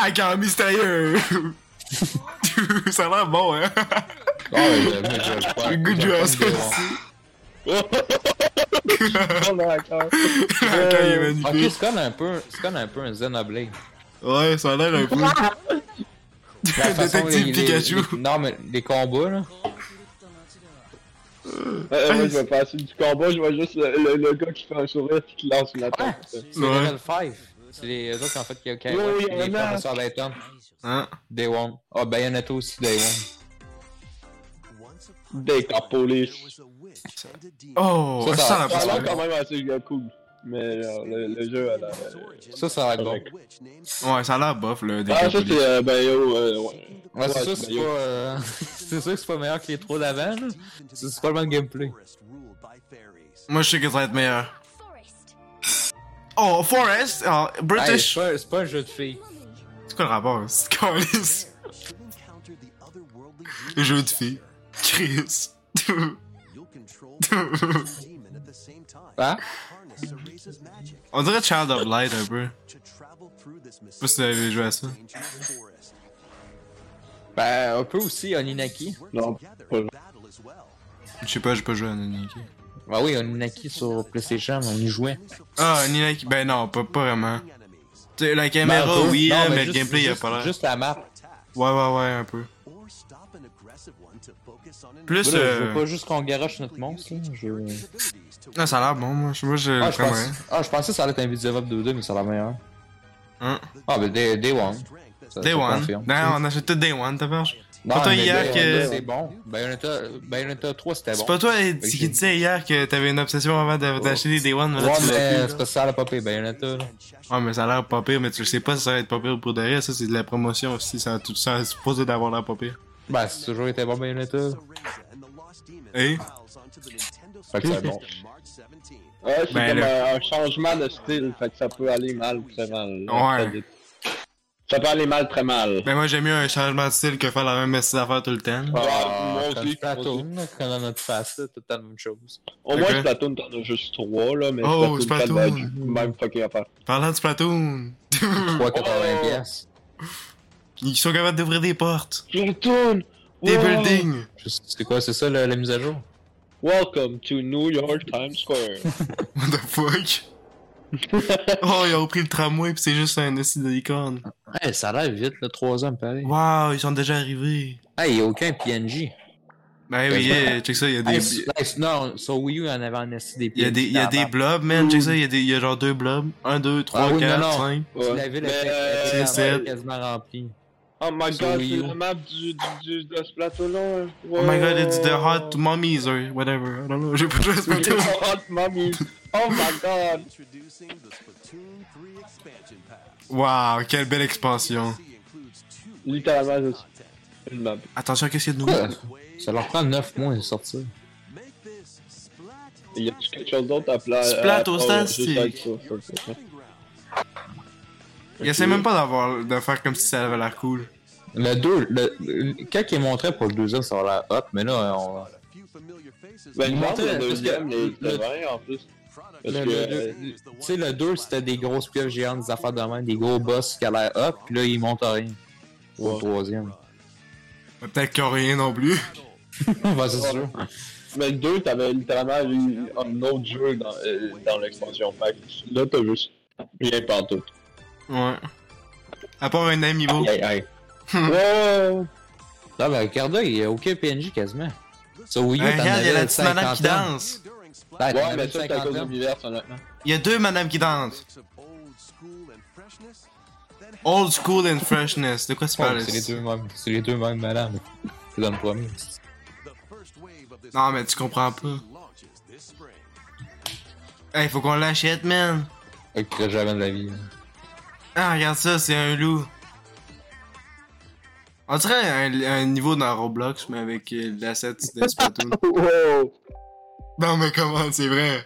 S2: Avec un mystérieux! ça a l'air bon, hein?
S1: Oh, mais je le crois.
S2: Le goût
S1: Je
S2: du
S1: le crois,
S2: hasard
S1: Day One.
S2: aussi.
S3: On a encore.
S2: Quand il est
S1: Ok,
S2: magnifique.
S1: c'est comme un peu, c'est comme un peu un Xenoblade.
S2: Ouais, ça a l'air un peu.
S1: La façon-
S2: Détective
S1: les- les-
S2: Pikachu.
S1: les- non, mais les combats, là.
S3: Euh, moi, je vais passer du combat, je vois juste le, le- le gars qui fait un sourire et qui lance une attaque.
S1: C'est
S2: Ouais.
S1: Level 5. C'est les autres qui ont fait qui qui-
S3: Oui,
S1: ouais, les
S3: Bayonetta.
S1: professeurs Layton.
S2: Hein?
S1: Day One. Ah, Bayonetta aussi, Day One.
S4: Once upon
S3: They
S4: a time,
S3: got police.
S4: there was a witch and a demon.
S2: Oh!
S1: Ça, ça
S2: Ça,
S1: a
S2: la
S3: Ça a
S2: passe
S3: l'air
S2: pas.
S3: quand même assez euh, cool. Mais euh, le, le jeu, elle a.
S1: Ça, ça va être bon.
S2: Ouais, ça a l'air bof, le
S3: Ah, ça,
S2: Décapolis.
S3: c'est euh, ben yo, euh, ouais.
S1: Ouais, c'est sûr
S3: Ouais, ben,
S1: que
S2: ben,
S3: c'est
S1: c'est pas, euh, c'est sûr que c'est pas meilleur que les trois d'avant, là. C'est c'est pas le même gameplay.
S2: Moi, je sais que ça va être meilleur.
S6: フォレス
S2: Oh, Forest!
S6: ト
S2: Oh,
S1: Hey,
S2: British!
S1: c'est pas- c'est pas un jeu de filles.
S6: モミー
S2: C'est quoi le rapport? C'est calice.
S4: Les
S2: jeux de filles. Chris!
S1: Hein?
S2: On dirait Child of Light un peu. pas si vous avez joué à ça.
S1: Ben, un peu aussi Oninaki.
S3: Non,
S2: Je sais pas, j'ai pas joué à Ninaki.
S1: Bah oui, Oninaki sur PlayStation, on y jouait.
S2: Ah, Ninaki, ben non, pas, pas vraiment. Tu sais, la caméra,
S1: Ben, un peu.
S2: oui,
S1: Non,
S2: là, mais,
S1: mais
S2: le
S1: juste-
S2: gameplay, il a
S1: juste-
S2: pas l'air.
S1: Juste la map.
S2: Ouais, ouais, ouais, un peu. Plus,
S1: Ben Là, je veux
S2: euh...
S1: pas juste qu'on garoche notre monstre, là. Je...
S2: Non, Ah, ça a l'air bon, moi. je- Moi, je
S1: Ah,
S2: le
S1: je
S2: prendrais.
S1: pense... ah, je pensais que ça allait être un Video 2-2, mais ça a l'air meilleur.
S2: Hein?
S1: Ah, ben, Day, Day One. Ça-
S2: Day
S1: ça
S2: One.
S1: confirme.
S2: Non, on achète tout Day One, t'as peur?
S1: Non,
S2: Pas toi
S1: mais
S2: hier
S1: Day One,
S2: que-
S1: là, C'est bon. Ben, Bayonetta, Bayonetta 3, c'était bon. Ben,
S2: C'est pas toi eh,
S1: Fait que
S2: qui disais hier que t'avais une obsession avant d'a- d'acheter des Day One, mais là,
S1: Ouais,
S2: tu l'as
S1: mais
S2: plus.
S1: c'est parce que ça allait pas payer Bayonetta, là.
S2: Ouais, mais ça a l'air pas pire, mais tu le sais pas si ça va être pas pire pour derrière. Ça, c'est de la promotion aussi. Ça, tout ça est supposé d'avoir l'air pas pire.
S1: Ben, c'est toujours été bon, Bayonetta.
S2: Eh?
S1: Fait que c'est bon.
S3: Ouais, c'est
S2: Ben,
S3: comme
S2: là.
S3: un, un changement de style, fait que ça peut aller mal très mal.
S2: Ouais.
S3: Ça dé- Ça peut aller mal très mal.
S2: Ben, moi, j'aime mieux un changement de style que faire la même affaire tout le temps.
S3: Ouais,
S1: Ah,
S3: moi
S1: comme
S3: aussi, moi aussi.
S1: Splatoon, là, quand on a notre face, là, tout le temps la même chose.
S3: Au moins,
S2: Ok.
S3: Splatoon, t'en as juste 3, là, mais
S2: Oh,
S3: Splatoon, ça doit
S2: Splatoon.
S3: être même fucking affaire.
S2: Parlant de Splatoon,
S1: 3,80 pièces.
S2: ils sont capables d'ouvrir des portes,
S3: Splatoon!
S2: des
S3: Wow!
S2: buildings.
S1: Je- C'est quoi, c'est ça la, la mise à jour?
S3: Welcome to New York Times Square.
S2: What the fuck? oh, ils ont pris le tramway pis c'est juste un essai de licorne.
S1: Hey, ça a l'air vite, le 3 ans, pareil.
S2: Waouh, ils sont déjà arrivés.
S1: Hey, y'a aucun PNJ.
S2: Ben oui, yeah, check ça, il y a des,
S1: Hey, sur- hey, sur- non, sur Wii U, on avait en esti des
S2: il y a des, il y a
S1: dans
S2: des
S1: la map.
S2: blobs, man. Check ça, il y a des, il y a genre deux blobs. Un, deux, trois,
S1: Ah oui, non,
S2: quatre,
S1: non.
S2: cinq.
S3: Ouais.
S1: La ville
S3: Mais,
S1: était-
S3: euh,
S1: était
S2: c'est-
S1: quasiment- quasiment remplie.
S3: Oh my
S1: Sur
S3: god,
S1: Wii
S3: c'est
S1: U.
S3: la map du, du, du, de Splatoon, là.
S2: Oh my god, it's the hot mummies or whatever. I don't know, j'ai pas joué à Splatoon.
S3: The hot mommy. Oh my god.
S2: Waouh, quelle belle expansion.
S3: Littéralement, juste une map.
S2: Attention, qu'est-ce qu'il y a de
S1: Quoi?
S2: nouveau?
S1: Ça leur prend 9 mois de sortir.
S3: Y a-tu quelque chose d'autre à plat?
S2: Splatostastic. Il essaie même pas d'avoir, de faire comme si ça avait l'air cool.
S1: Le 2, le, le- quand ils montraient pour le deuxième, ça a l'air hop, mais là, on.
S3: Ben,
S1: Il
S3: je pense que
S1: montait,
S3: le
S1: parce que
S3: deuxième, les
S1: le-
S3: le vin, en plus. Parce
S1: Le-
S3: que,
S1: le-
S3: euh,
S1: le- tu sais, le 2, c'était des grosses pieuvres géantes, des affaires de main, des gros boss qui allaient hop, puis là, ils montent à rien. Au
S3: trois.
S1: troisième.
S2: Mais Peut-être qu'ils ont rien non plus.
S1: Ouais, c'est sûr.
S3: Mais ben, le 2, t'avais littéralement eu un autre jeu dans, euh, dans l'expansion pack. Là, t'as juste rien partout.
S2: Ouais. À part un amiibo.
S1: Ah,
S3: Hey, hey. Ouais.
S1: Là, ben, regarde là, il n'y a aucun PNJ quasiment. Sur Wii U,
S2: Hey,
S1: t'en
S2: Hein, regarde, il y a
S1: avais
S2: la petite madame qui
S1: 50.
S2: danse.
S1: Ouais, t'en
S3: Ouais,
S1: avais
S3: mais ça, c'est à cause
S1: 50.
S3: de l'univers, honnêtement.
S2: Il y a deux madames qui dansent. Old school and freshness. De quoi tu
S1: Oh,
S2: parles?
S1: C'est les deux mêmes, c'est les deux mêmes madames. C'est dans le premier.
S2: Non, mais tu comprends pas. Hey, faut qu'on l'achète, man.
S1: Fait que jamais de la vie. hein. là.
S2: Ah, regarde ça, c'est un loup. On dirait un, un niveau dans Roblox, mais avec euh, l'asset de Splatoon.
S3: Wow.
S2: non, mais comment, c'est vrai.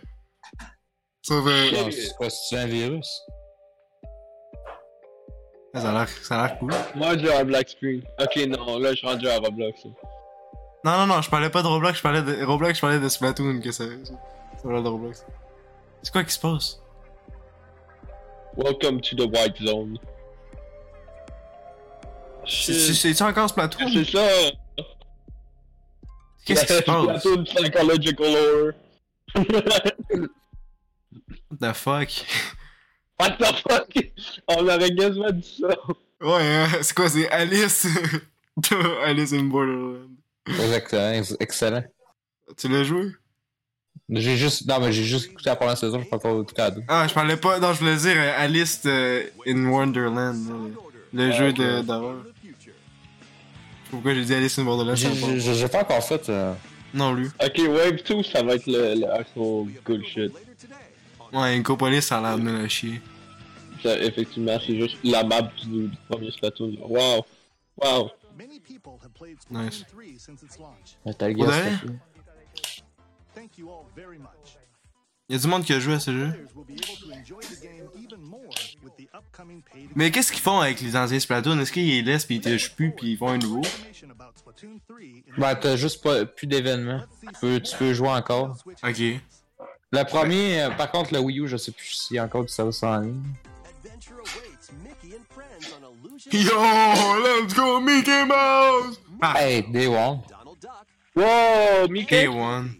S2: C'est vrai.
S1: Non, Ah, c'est pas c'est un virus.
S2: Ah, Ça a l'air, ça a l'air cool.
S3: Moi, j'ai un black screen. Ok, non, là, je suis rendu à Roblox. là.
S2: Non, non, non, je parlais pas de Roblox, je parlais de Roblox, je parlais de Splatoon, que ça, ça parlait de Roblox. C'est quoi qui se passe?
S3: Welcome to the White Zone.
S2: C'est-
S3: Shit.
S2: C'est c'est-tu encore Splatoon?
S3: C'est ça!
S2: Qu'est-ce qui se
S3: La
S2: passe? What
S3: toune psychological horror.
S2: the fuck?
S3: What the fuck? On aurait quasiment dit ça.
S2: Ouais, hein, c'est quoi, c'est Alice? Alice in Borderland.
S1: Exactement, ex- excellent.
S2: Tu l'as joué?
S1: J'ai juste, non, mais j'ai juste écouté la première saison, je pas encore tout cadeau.
S2: Ah, je parlais pas, non, je voulais dire euh, Alice euh, in Wonderland, là, le, le jeu de d'horreur. Pourquoi j'ai dit Alice in Borderland?
S1: J'ai
S2: c'est pas bon.
S1: j'ai- j'ai pas encore fait. euh,
S2: Non, lui.
S3: Ok, Wave 2, ça va être le, le actual good shit.
S2: Ouais, Incopolis, ça a l'air nul à chier.
S3: Ça, effectivement, c'est juste la map du, du premier Splatoon. Wow! Wow!
S4: Many people have played
S2: Nice.
S4: Splatoon 3 since its launch.
S1: Metal
S2: Pour
S1: Gear,
S2: de
S1: ça
S2: vrai?
S1: fait.
S4: Thank you all very much.
S2: Y'a du monde qui a joué à ce jeu.
S4: Players will be able to enjoy the game even more with the upcoming paid
S2: Mais qu'est-ce qu'ils font avec les anciens Splatoon? Est-ce qu'ils les laissent pis ils touchent plus pis ils font un nouveau?
S4: information about Splatoon 3 in
S1: Ben, t'as juste pas, plus d'événements. Tu peux, tu peux jouer encore.
S4: Switch
S2: Ok.
S1: Le premier, euh, par contre, le Wii U, je sais plus s'il y a encore du service en ligne.
S7: Adventure awaits Mickey and friends on Illusion
S2: Yo, let's go Mickey Mouse! Ah,
S1: Hey, Day One.
S7: Donald Duck
S3: Wow!
S2: Day
S3: Mickey!
S2: One.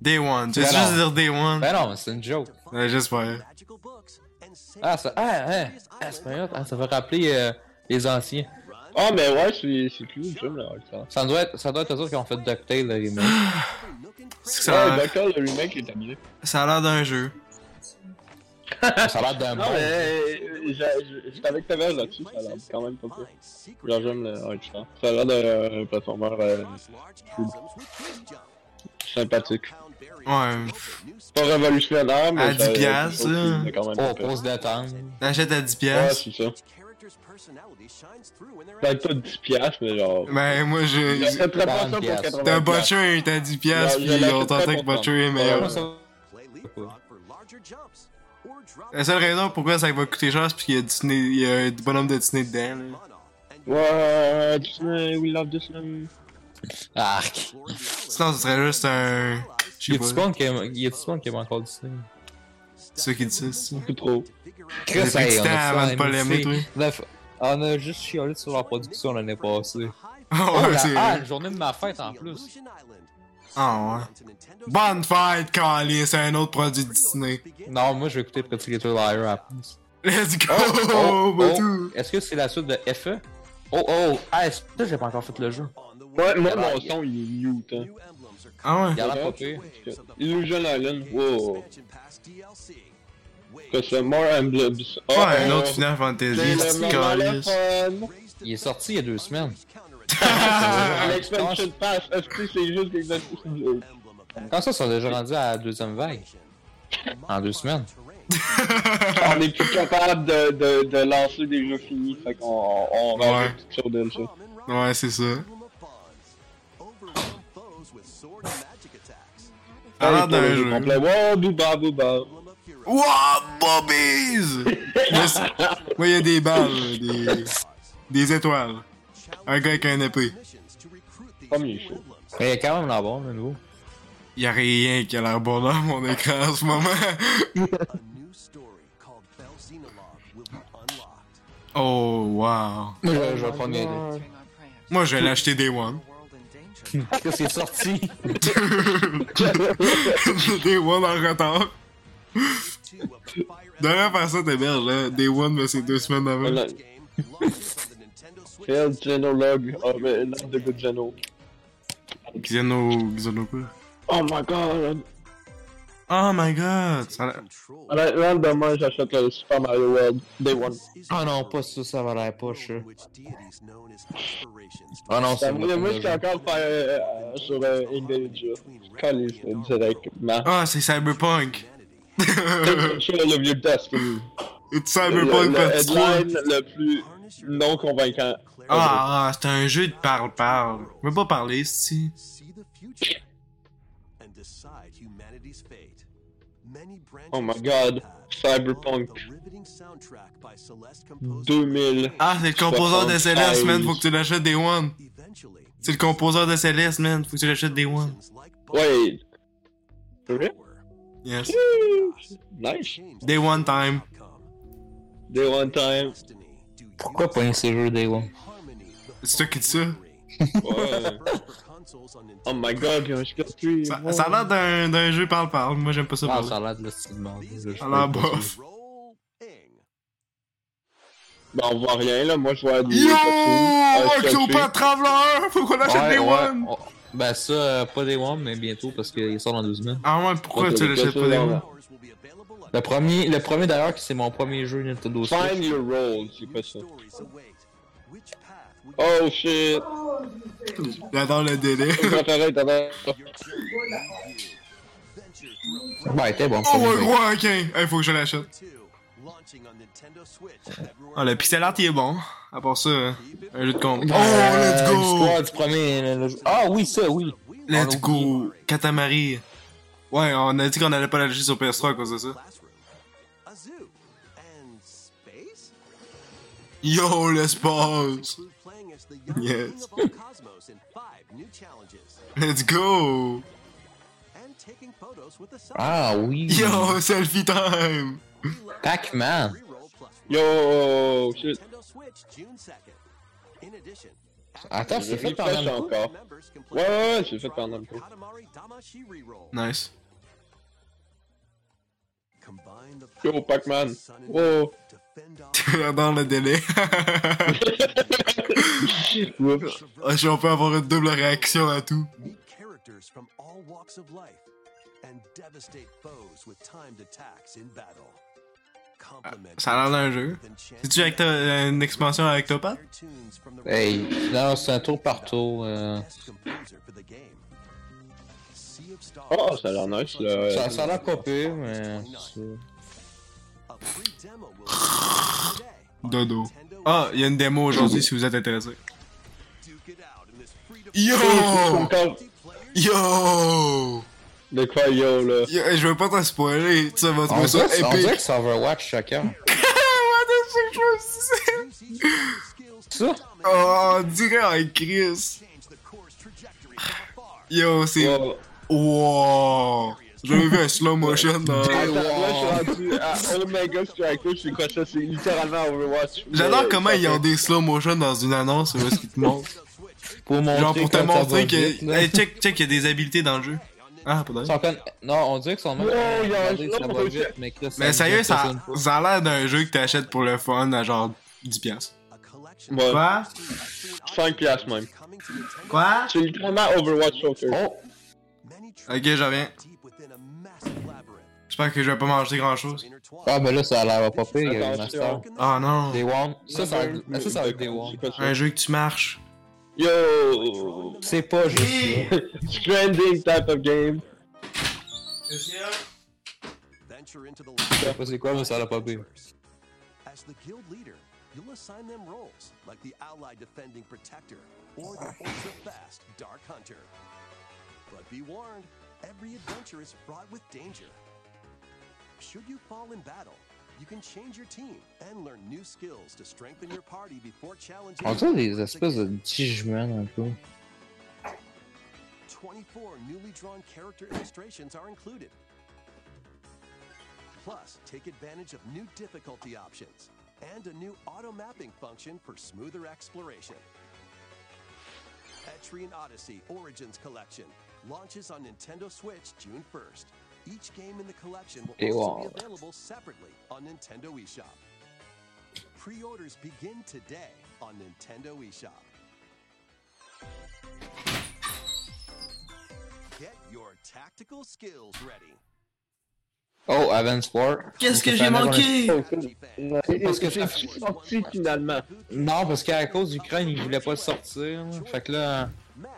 S2: Day One. Tu veux
S1: Ben
S2: juste
S1: non.
S2: dire Day One?
S1: Ben non, mais c'est une joke.
S2: Ouais, j'espère.
S7: magical books and save
S1: Ah, ça, ah, ah, ah, c'est pas grave. Ah, ça va rappeler euh, les anciens.
S3: Ah, mais ouais, c'est c'est cool, j'aime la ça.
S1: Ça doit être, ça doit être eux autres qui ont fait DuckTales, le remake.
S7: every nook and cranny.
S2: C'est que ça a
S3: Ouais, bah,
S2: l'air-
S3: d'accord, le remake est amusé.
S2: ça a l'air d'un jeu.
S1: Ça a l'air d'un
S3: Non,
S1: bon.
S3: mais euh, je- je je t'avais que t'avais là-dessus, ça a l'air quand même pas cool.
S7: Find secret
S3: Genre, j'aime le
S7: areas.
S3: Hard Star. Ça a l'air d'un euh, platformer euh,
S7: Cross large chasms with quick jump.
S3: sympathique.
S7: Pound barriers
S2: Ouais.
S7: to open new
S3: Pas révolutionnaire, mais.
S2: À 10
S3: ça-
S2: piastres,
S3: ça-
S2: hein.
S3: c'est quand même
S1: Oh,
S3: pas
S1: pause
S3: pire.
S1: d'attente.
S2: T'achètes à 10$.
S3: Ouais,
S2: piastres.
S3: c'est ça.
S7: Each character's personality shines through in their
S3: Peut-être pas
S7: actions.
S3: 10 piastres, mais genre.
S2: Ben, moi, je.
S3: J'achèterais pas ça
S1: 40
S3: pour
S1: piastres.
S3: 80
S2: T'as
S3: piastres.
S2: Butcher, il t'a 10$, piastres,
S3: Non, je
S2: pis on
S3: l'achèterais
S2: tentait que
S3: pour
S2: Butcher est
S3: ça.
S2: meilleur.
S1: Ouais, ça-
S7: Play leapfrog for larger jumps or drop
S2: La seule raison pourquoi ça va coûter cher, c'est parce qu'il y a Disney, il y a du bonhomme de Disney dedans. là.
S7: Mono and
S3: Ouais, Disney, we love euh, Disney.
S1: Arc.
S7: Glory Reality.
S2: Sinon, ce serait juste un. Je
S1: Y
S2: sais
S1: a-tu du
S2: pas.
S1: monde qui aime- y a-tu du monde qui aime encore Disney?
S2: Ceux qui disent ça, c'est
S3: Beaucoup trop.
S2: J'ai pris du temps avant de pas l'aimer, toi.
S1: On a juste chialé sur la production l'année passée.
S2: Ah, ouais,
S1: la-
S2: c'est
S1: ah,
S2: vrai.
S1: la journée de ma fête en plus.
S2: Ah, ouais. Bonne fête, Callie, c'est un autre produit de Disney.
S1: Non, moi je vais écouter Pretty Little Liar après.
S2: Let's go,
S1: oh,
S2: Badou!
S1: Est-ce que c'est la suite de FE? Oh oh! Ah, est-ce que j'ai pas encore fait le jeu?
S3: Ouais, moi, mon son, il est mute, hein.
S2: Ah ouais.
S1: Il a l'air pas pire.
S3: Illusion Island, wow. Que c'est More Emblems. Oh,
S2: Pas un
S3: oh,
S2: autre Final Fantasy,
S3: C'est le
S2: petit
S3: moment le
S2: calice.
S3: fun.
S1: Il est sorti il y a deux semaines.
S2: Ah,
S3: L'expansion pass, FT, c'est juste l'expansion.
S1: Quand ça, ça a déjà rendu à la deuxième vague? En deux semaines.
S2: Ah.
S3: On est plus capable de, de, de lancer des jeux finis, fait qu'on on
S2: Ouais.
S3: rajoute tout sur DLC.
S2: Ouais, c'est ça. Ça a l'air d'un
S3: Ouais,
S2: jeu.
S3: complet. Wow, booba, booba.
S2: Wow, Bobbies! Moi, c'est- Moi, il y a des balles, là, des... des étoiles. Un gars avec un épée.
S3: Premier show.
S1: Mais il est quand même là bon, le nouveau.
S2: Y a rien qui a l'air bon dans mon écran en ce moment. Oh, wow.
S1: Moi, je, je vais prendre les deux.
S2: Moi, je vais l'acheter Day One.
S1: Qu'est-ce qui est sorti?
S2: Day One en retard. Devrais faire ça, t'es merde, là. Day One, mais c'est deux semaines avant.
S3: Voilà. Quel génologue. Oh, mais not the good geno.
S2: Xeno... Xenopa.
S3: Oh my god.
S2: Oh my god! Ça a-
S3: Honnêtement, demain, j'achète le Super Mario World Day One.
S1: Ah non, pas ça, ça va l'air pas, je- Ah
S7: Ah
S1: non,
S7: non,
S1: c'est
S3: Ben, Moi, moi, je suis
S1: bon.
S3: encore faire, euh, euh, sur euh, Intelligent. Calisse, directement.
S2: Ah, c'est Cyberpunk!
S3: Je suis le vieux Destiny.
S2: It's
S3: Le,
S2: Cyberpunk
S3: le
S2: Part 3!
S3: headline le plus non convaincant.
S2: Ah, ah, c'est un jeu de parle-parle. Je veux pas parler, si.
S3: Oh my god, Cyberpunk. 2000.
S2: Ah, c'est le composeur de SLS, man. Faut que tu l'achètes Day One. C'est le composeur de SLS, man. Faut que tu l'achètes Day One.
S3: Wait. Really?
S2: Yes.
S3: Nice.
S2: Day One time.
S3: Day one time.
S1: Pourquoi pas un jeux Day One?
S2: C'est toi qui dis ça?
S3: Ouais. oh my god, j'ai un sculpture.
S2: Ça, ça a l'air d'un, d'un jeu parle-parle. Moi, j'aime pas ça
S1: Ah,
S2: parler.
S1: ça a l'air de la style merde.
S2: Ça a l'air bof.
S3: Ben, on voit rien, là. Moi, je vois des. Ah,
S2: Yo!
S1: Ah,
S3: Un sculpture.
S2: Octopath Traveler! Faut qu'on achète Day One!
S1: Ben ça, euh, pas Day One, mais bientôt, parce qu'il sort dans deux semaines.
S2: Ah ouais, pourquoi
S3: Ok,
S2: tu l'achètes pas
S3: ok,
S2: Day
S3: non,
S2: One?
S3: non.
S1: Le premier, le premier d'ailleurs, qui c'est mon premier jeu Nintendo Switch.
S3: Find your role, c'est pas ça. Oh shit!
S2: J'adore le délai.
S3: T'as pareil, t'as pareil.
S1: Ouais, t'es Ben, bon.
S2: Oh,
S1: premier
S2: un
S1: jeu.
S2: gros requin! Hey, faut que je l'achète. Ah, le pixel art, il est bon. À part ça, euh, un jeu de combat.
S1: Euh,
S2: Oh, let's
S1: le
S2: go!
S1: squad du premier, le- le- Ah oui, ça, oui.
S2: Let's go! Katamari. Ouais, on a dit qu'on allait pas l'acheter sur PS3 à cause de ça. Yo, l'espace! Yes. Let's go!
S1: Ah oui.
S2: Yo, selfie time!
S1: Pac-Man.
S3: Yo! Shit!
S1: Attends, c'est fait par
S3: Refresh
S1: Namco.
S3: encore. Ouais, ouais, ouais, c'est fait par Namco.
S2: Nice.
S3: Yo, Pac-Man! Oh!
S2: J'adore le délai.
S3: Oups.
S2: Ah, si on peut avoir une double réaction à tout.
S7: Meet characters from all walks of life and devastate foes with timed attacks in battle.
S3: Uh,
S7: Compliment
S2: Ça a l'air d'un jeu. C'est-tu avec ta- une expansion avec Topat?
S7: tunes from the
S1: Hey, non, c'est un tour par tour. euh,
S7: best composer for the game. Sea of Stars,
S3: Oh, ça a l'air nice, là. ouais.
S1: Ça, ça a l'air copé, mais. c'est-
S7: a free demo will be today.
S2: Dodo. Ah, il y a une démo aujourd'hui si vous êtes intéressé.
S7: Duke it out in this free-to-play
S2: Yo! Oh! Yo!
S3: Encore de quoi, yo, là?
S2: Yo, eh, Je veux pas te spoiler, tu vas
S1: On
S2: trouver ça
S1: dirait on dirait
S2: épique.
S1: que c'est Overwatch chacun.
S2: What the fuck, je me suis dit.
S1: Ça?
S2: Oh, on dirait un Chris. Yo, c'est.
S3: Wow.
S2: Wow! J'avais vu un slow motion dans.
S3: Attends, là, je suis rendu à oh Omega Strike Force, c'est quoi ça? C'est littéralement Overwatch. Euh,
S2: J'adore
S3: Mais-
S2: comment ils ont des slow motion dans une annonce, où est-ce qu'ils te montrent.
S1: Pour montrer
S2: Genre pour te
S1: comme ça
S2: montrer
S1: va
S2: que.
S1: vite, là.
S2: Hey, check, check, il y a des habiletés dans le jeu. Ah, pas
S1: Sans con- Non, on dirait que son même.
S3: Wow, il y a un
S1: Regardez, ça
S3: slow
S1: va vite,
S3: motion.
S1: mais Chris,
S2: Mais sérieux, ça,
S1: impressionne pas.
S2: ça a l'air d'un jeu que t'achètes pour le fun à genre 10$.
S3: Ouais.
S2: Quoi?
S3: 5 piastres même.
S2: Quoi?
S3: C'est littéralement Overwatch Soccer.
S1: Oh!
S2: Ok, je reviens.
S7: deep within a massive labyrinth.
S2: J'espère que je vais pas manger grand chose.
S1: Ah, ben là, ça a l'air pas popé, il y a eu Master.
S3: Attention.
S2: Ah non.
S1: Day One. Ça, ça va être- ça, ça va être Day One.
S3: C'est quoi ça?
S2: Un jeu que tu marches.
S3: Yo!
S1: C'est pas juste ça.
S3: Stranding type of game.
S7: Venture into the
S1: Je sais pas c'est quoi, mais ça a l'air popé.
S7: As the guild leader, you'll assign them roles like the allied defending protector or the ultra fast dark hunter. But be warned, every adventure is fraught with danger. Should you fall in battle, you can change your team and learn new skills to strengthen your party before challenging.
S1: On dirait des espèces de petits juments un peu.
S7: 24 newly drawn character illustrations are included. Plus, take advantage of new difficulty options and a new auto mapping function for smoother exploration. Etrian Odyssey Origins Collection launches on Nintendo Switch June 1st. Each game in the collection will
S1: Day
S7: also be
S1: long.
S7: available separately on Nintendo eShop. Pre-orders begin today on Nintendo eShop. Get your tactical skills ready.
S1: Oh, Sport.
S2: Qu'est-ce que j'ai manqué?
S1: Oh, Parce que j'ai-
S3: Je suis sorti finalement.
S1: Non, parce qu'à cause d'Ukraine, ils voulaient pas sortir. là. Fait que là,
S7: Max,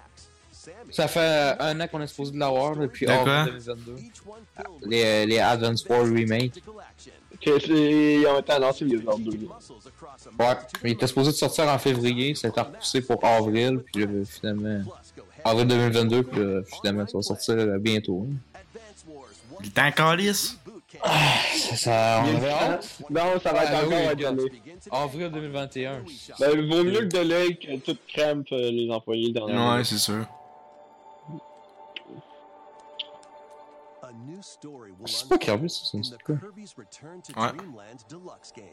S7: Sammy,
S1: ça fait un an qu'on est supposé de l'avoir depuis
S2: De quoi?
S1: avril 2022.
S7: each one filled with
S1: Les, les Advance War Remake.
S7: tactical action.
S3: Que c'est. Ils ont été annoncés il y a genre deux mois.
S7: Muscles across a
S1: Ouais,
S7: multitude
S1: il était supposé de sortir en février, ça a été repoussé pour avril, puis là, finalement. Avril 2022, puis là, finalement, ça va sortir euh, bientôt. hein.
S7: Advance Wars
S2: Il est en calice.
S7: Boot Camp.
S1: Ça, ça, on
S3: Il y a
S1: avait
S3: du
S1: hâte.
S3: temps. Non, ça va être
S1: Ah, oui,
S3: encore
S1: oui,
S3: une année.
S1: Avril 2021.
S3: Ben, vaut mieux que de l'œil que toute crème euh, les employés dernièrement.
S2: Ouais, c'est sûr.
S7: A new story will
S1: C'est pas
S7: unfold
S1: Kirby, ça, ça me
S7: in
S1: dit
S7: the
S1: quoi.
S7: Kirby's Return to
S2: Ouais.
S7: Dreamland Deluxe game.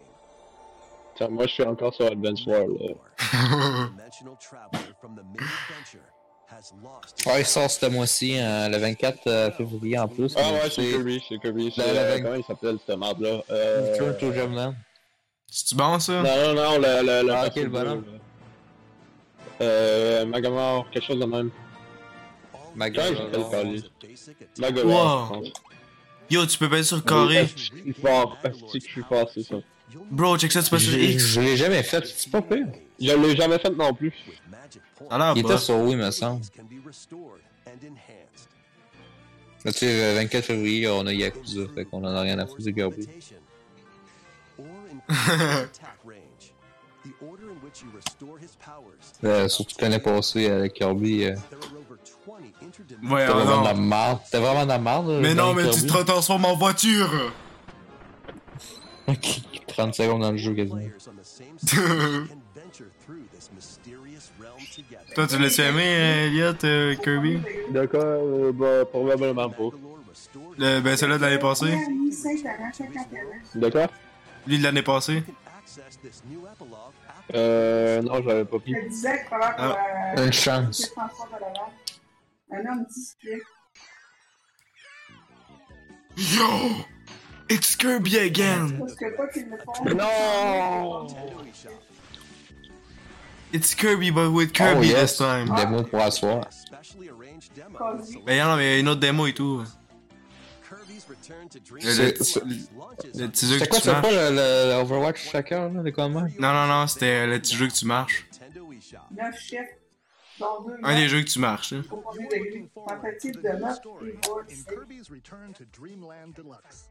S3: Tiens, moi, je suis encore sur Advance euh. War, là.
S7: Dimensional traveler from the mid-adventure has lost
S1: Ouais, il sort ce mois-ci, euh, le 24 euh, février en plus.
S3: Ah ouais, c'est
S1: C'est
S3: Kirby, c'est Kirby. c'est,
S1: Ben, la
S3: euh,
S1: vague.
S3: Comment il s'appelle, cette merde-là? Euh...
S1: Return to Dreamland.
S2: C'est-tu bon, ça?
S3: Non, non, non, le... le, le
S1: Ah, ok,
S3: perso
S1: le bonhomme.
S3: bleu, là. Euh... Magamore, quelque chose de même.
S7: all
S1: Ma
S3: Ouais,
S1: gueule,
S3: j'ai fait
S1: alors.
S3: le parler.
S7: the basic attack.
S3: Magamore,
S2: Wow.
S3: je pense.
S2: Yo, tu peux passer sur le carré.
S3: Je suis fort, asti que je suis fort, c'est ça.
S2: Bro, check ça, tu passes sur
S1: Je
S2: X.
S1: je l'ai jamais fait, c'est pas pire.
S3: Je l'ai jamais fait non plus.
S7: Magic
S2: Ça a
S1: Il
S2: l'air
S1: était
S2: bas.
S1: sur Wii, me semble.
S7: can be restored and enhanced.
S1: Là, tu sais, le 24 euh, février, on a Yakuza, fait qu'on en a rien à foutre de Kirby. Euh, surtout que l'année passée, avec Kirby, euh,
S2: Ouais,
S1: t'as
S2: Ah,
S1: vraiment
S2: non.
S1: de la merde. T'as vraiment de la merde. là,
S2: Mais non,
S1: dans
S2: mais tu
S1: Kirby.
S2: te transformes en voiture.
S1: 30 secondes dans le jeu, quasiment.
S2: Toi, tu l'as-tu aimé, Elliot, euh, Kirby?
S3: De quoi? Euh, bah, probablement pas.
S2: Le- ben, celui-là de l'année passée?
S3: De quoi?
S2: Lui, de l'année passée?
S3: Euh... Non, j'avais pas pris.
S8: Je disais qu'il fallait
S2: Ah.
S8: que euh,
S1: Une chance.
S8: François de Laval, un homme discret,
S2: Yo! It's Kirby again!
S8: parce que pas qu'il le fasse.
S3: Non!
S2: It's Kirby, but with Kirby
S1: oh, yes.
S2: this time.
S1: Démo pour asseoir.
S2: Ben, y'en a, mais une autre démo et tout.
S1: C'est- c'est-
S2: Le petit jeu
S1: C'est
S2: que
S1: quoi,
S2: tu
S1: c'est
S2: marches.
S1: pas le, le Overwatch chacun, là, les combats?
S2: Non, non, non, c'était le petit jeu que tu marches.
S8: Neuf chefs, dont deux
S2: Un des
S8: meurtres
S2: jeux que tu marches, hein. là.
S8: au premier degré. Tentative de meurtre et vol,
S4: in
S8: c'est-
S4: Kirby's Return to Dreamland Deluxe.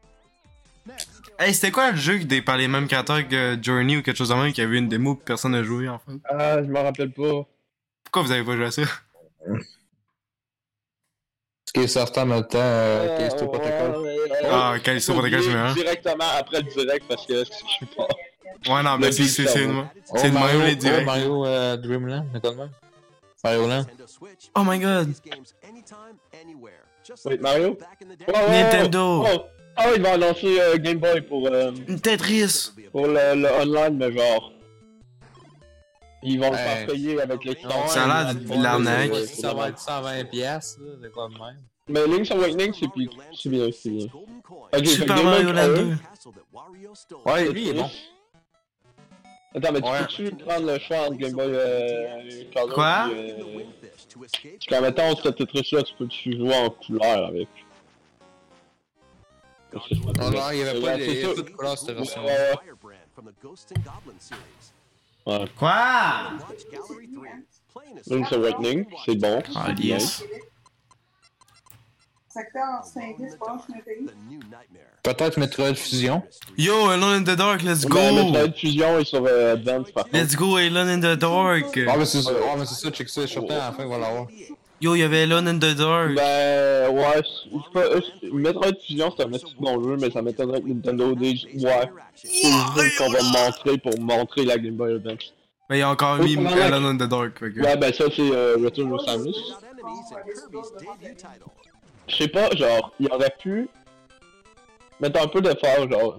S4: Next,
S2: Hey, c'était quoi le jeu des, par les mêmes créateurs que Journey ou quelque chose de même qui avait une démo que personne n'a joué en fait?
S3: Ah, je m'en rappelle pas.
S2: Pourquoi vous avez pas joué à ça?
S1: Ce qui est certain en même temps, euh, Callisto Protocol.
S2: Ah, Callisto Protocol, c'est marrant.
S3: Directement après le direct parce que je suis pas.
S2: Ouais, non, mais
S3: Le
S2: c'est
S3: Big
S2: c'est-
S3: Star
S2: c'est
S3: Wars.
S2: de c'est de Mario les
S1: Oh,
S2: directs.
S1: Mario euh, Dreamland, de quoi de même? Mario Land.
S2: Oh my god!
S3: Wait, Mario? Oh, oh,
S2: Nintendo.
S3: Oh, Ah oui, ils vont annoncer euh, Game Boy pour, euh,
S2: Une Tetris!
S3: pour le, le online, mais genre. Ils vont le
S1: Ouais.
S3: faire payer avec les stars.
S2: Ça a l'air de l'arnaque.
S1: Ça va être 120 piastres, là, de quoi de même.
S3: Mais Link's Awakening, c'est plus. C'est bien, c'est bien. Ok, fait
S2: Super
S3: Game Boy euh,
S2: Mario Land
S3: Color.
S2: 2.
S1: Ouais, lui, il est bon.
S3: Attends, mais tu
S1: Ouais.
S3: peux-tu prendre le choix entre Game Boy euh, Color
S2: Quoi?
S3: et, euh, Quand mettons cette Tetris-là, tu peux-tu jouer en couleur avec?
S1: Oh non, il y avait pas
S3: Ouais,
S1: les-
S3: c'est
S1: il y avait
S3: ça.
S1: pas de couleurs, cette version.
S3: Ouais. Ouais.
S2: Quoi?
S3: Link's Awakening, c'est bon.
S2: Ah, yes.
S8: Secteur en 5-10, branche 9-10.
S1: Peut-être Metroid Fusion.
S2: Yo, Alone in the Dark, let's go!
S3: Mais Metroid Fusion est sur euh, Advance par contre.
S2: Let's go, Alone in the Dark!
S1: Ah, mais c'est ça, ah, mais c'est ça, check ça, je suis certain, à la fin, il va l'avoir.
S2: Yo, il y avait Alone in the Dark!
S3: Ben ouais, c'est pas, euh, c'est- Metroid Fusion c'est un petit bon jeu, mais ça m'étonnerait que Nintendo dise ouais. C'est le jeu qu'on va montrer pour montrer la Game Boy Advance.
S2: Ben, il a encore
S3: Oh,
S2: mis
S3: c'est vrai.
S2: Alone in the Dark, fait que-
S3: Ouais, ben ça c'est euh, Return to Samus. Je sais pas, genre, il aurait pu mettre un peu d'effort, genre,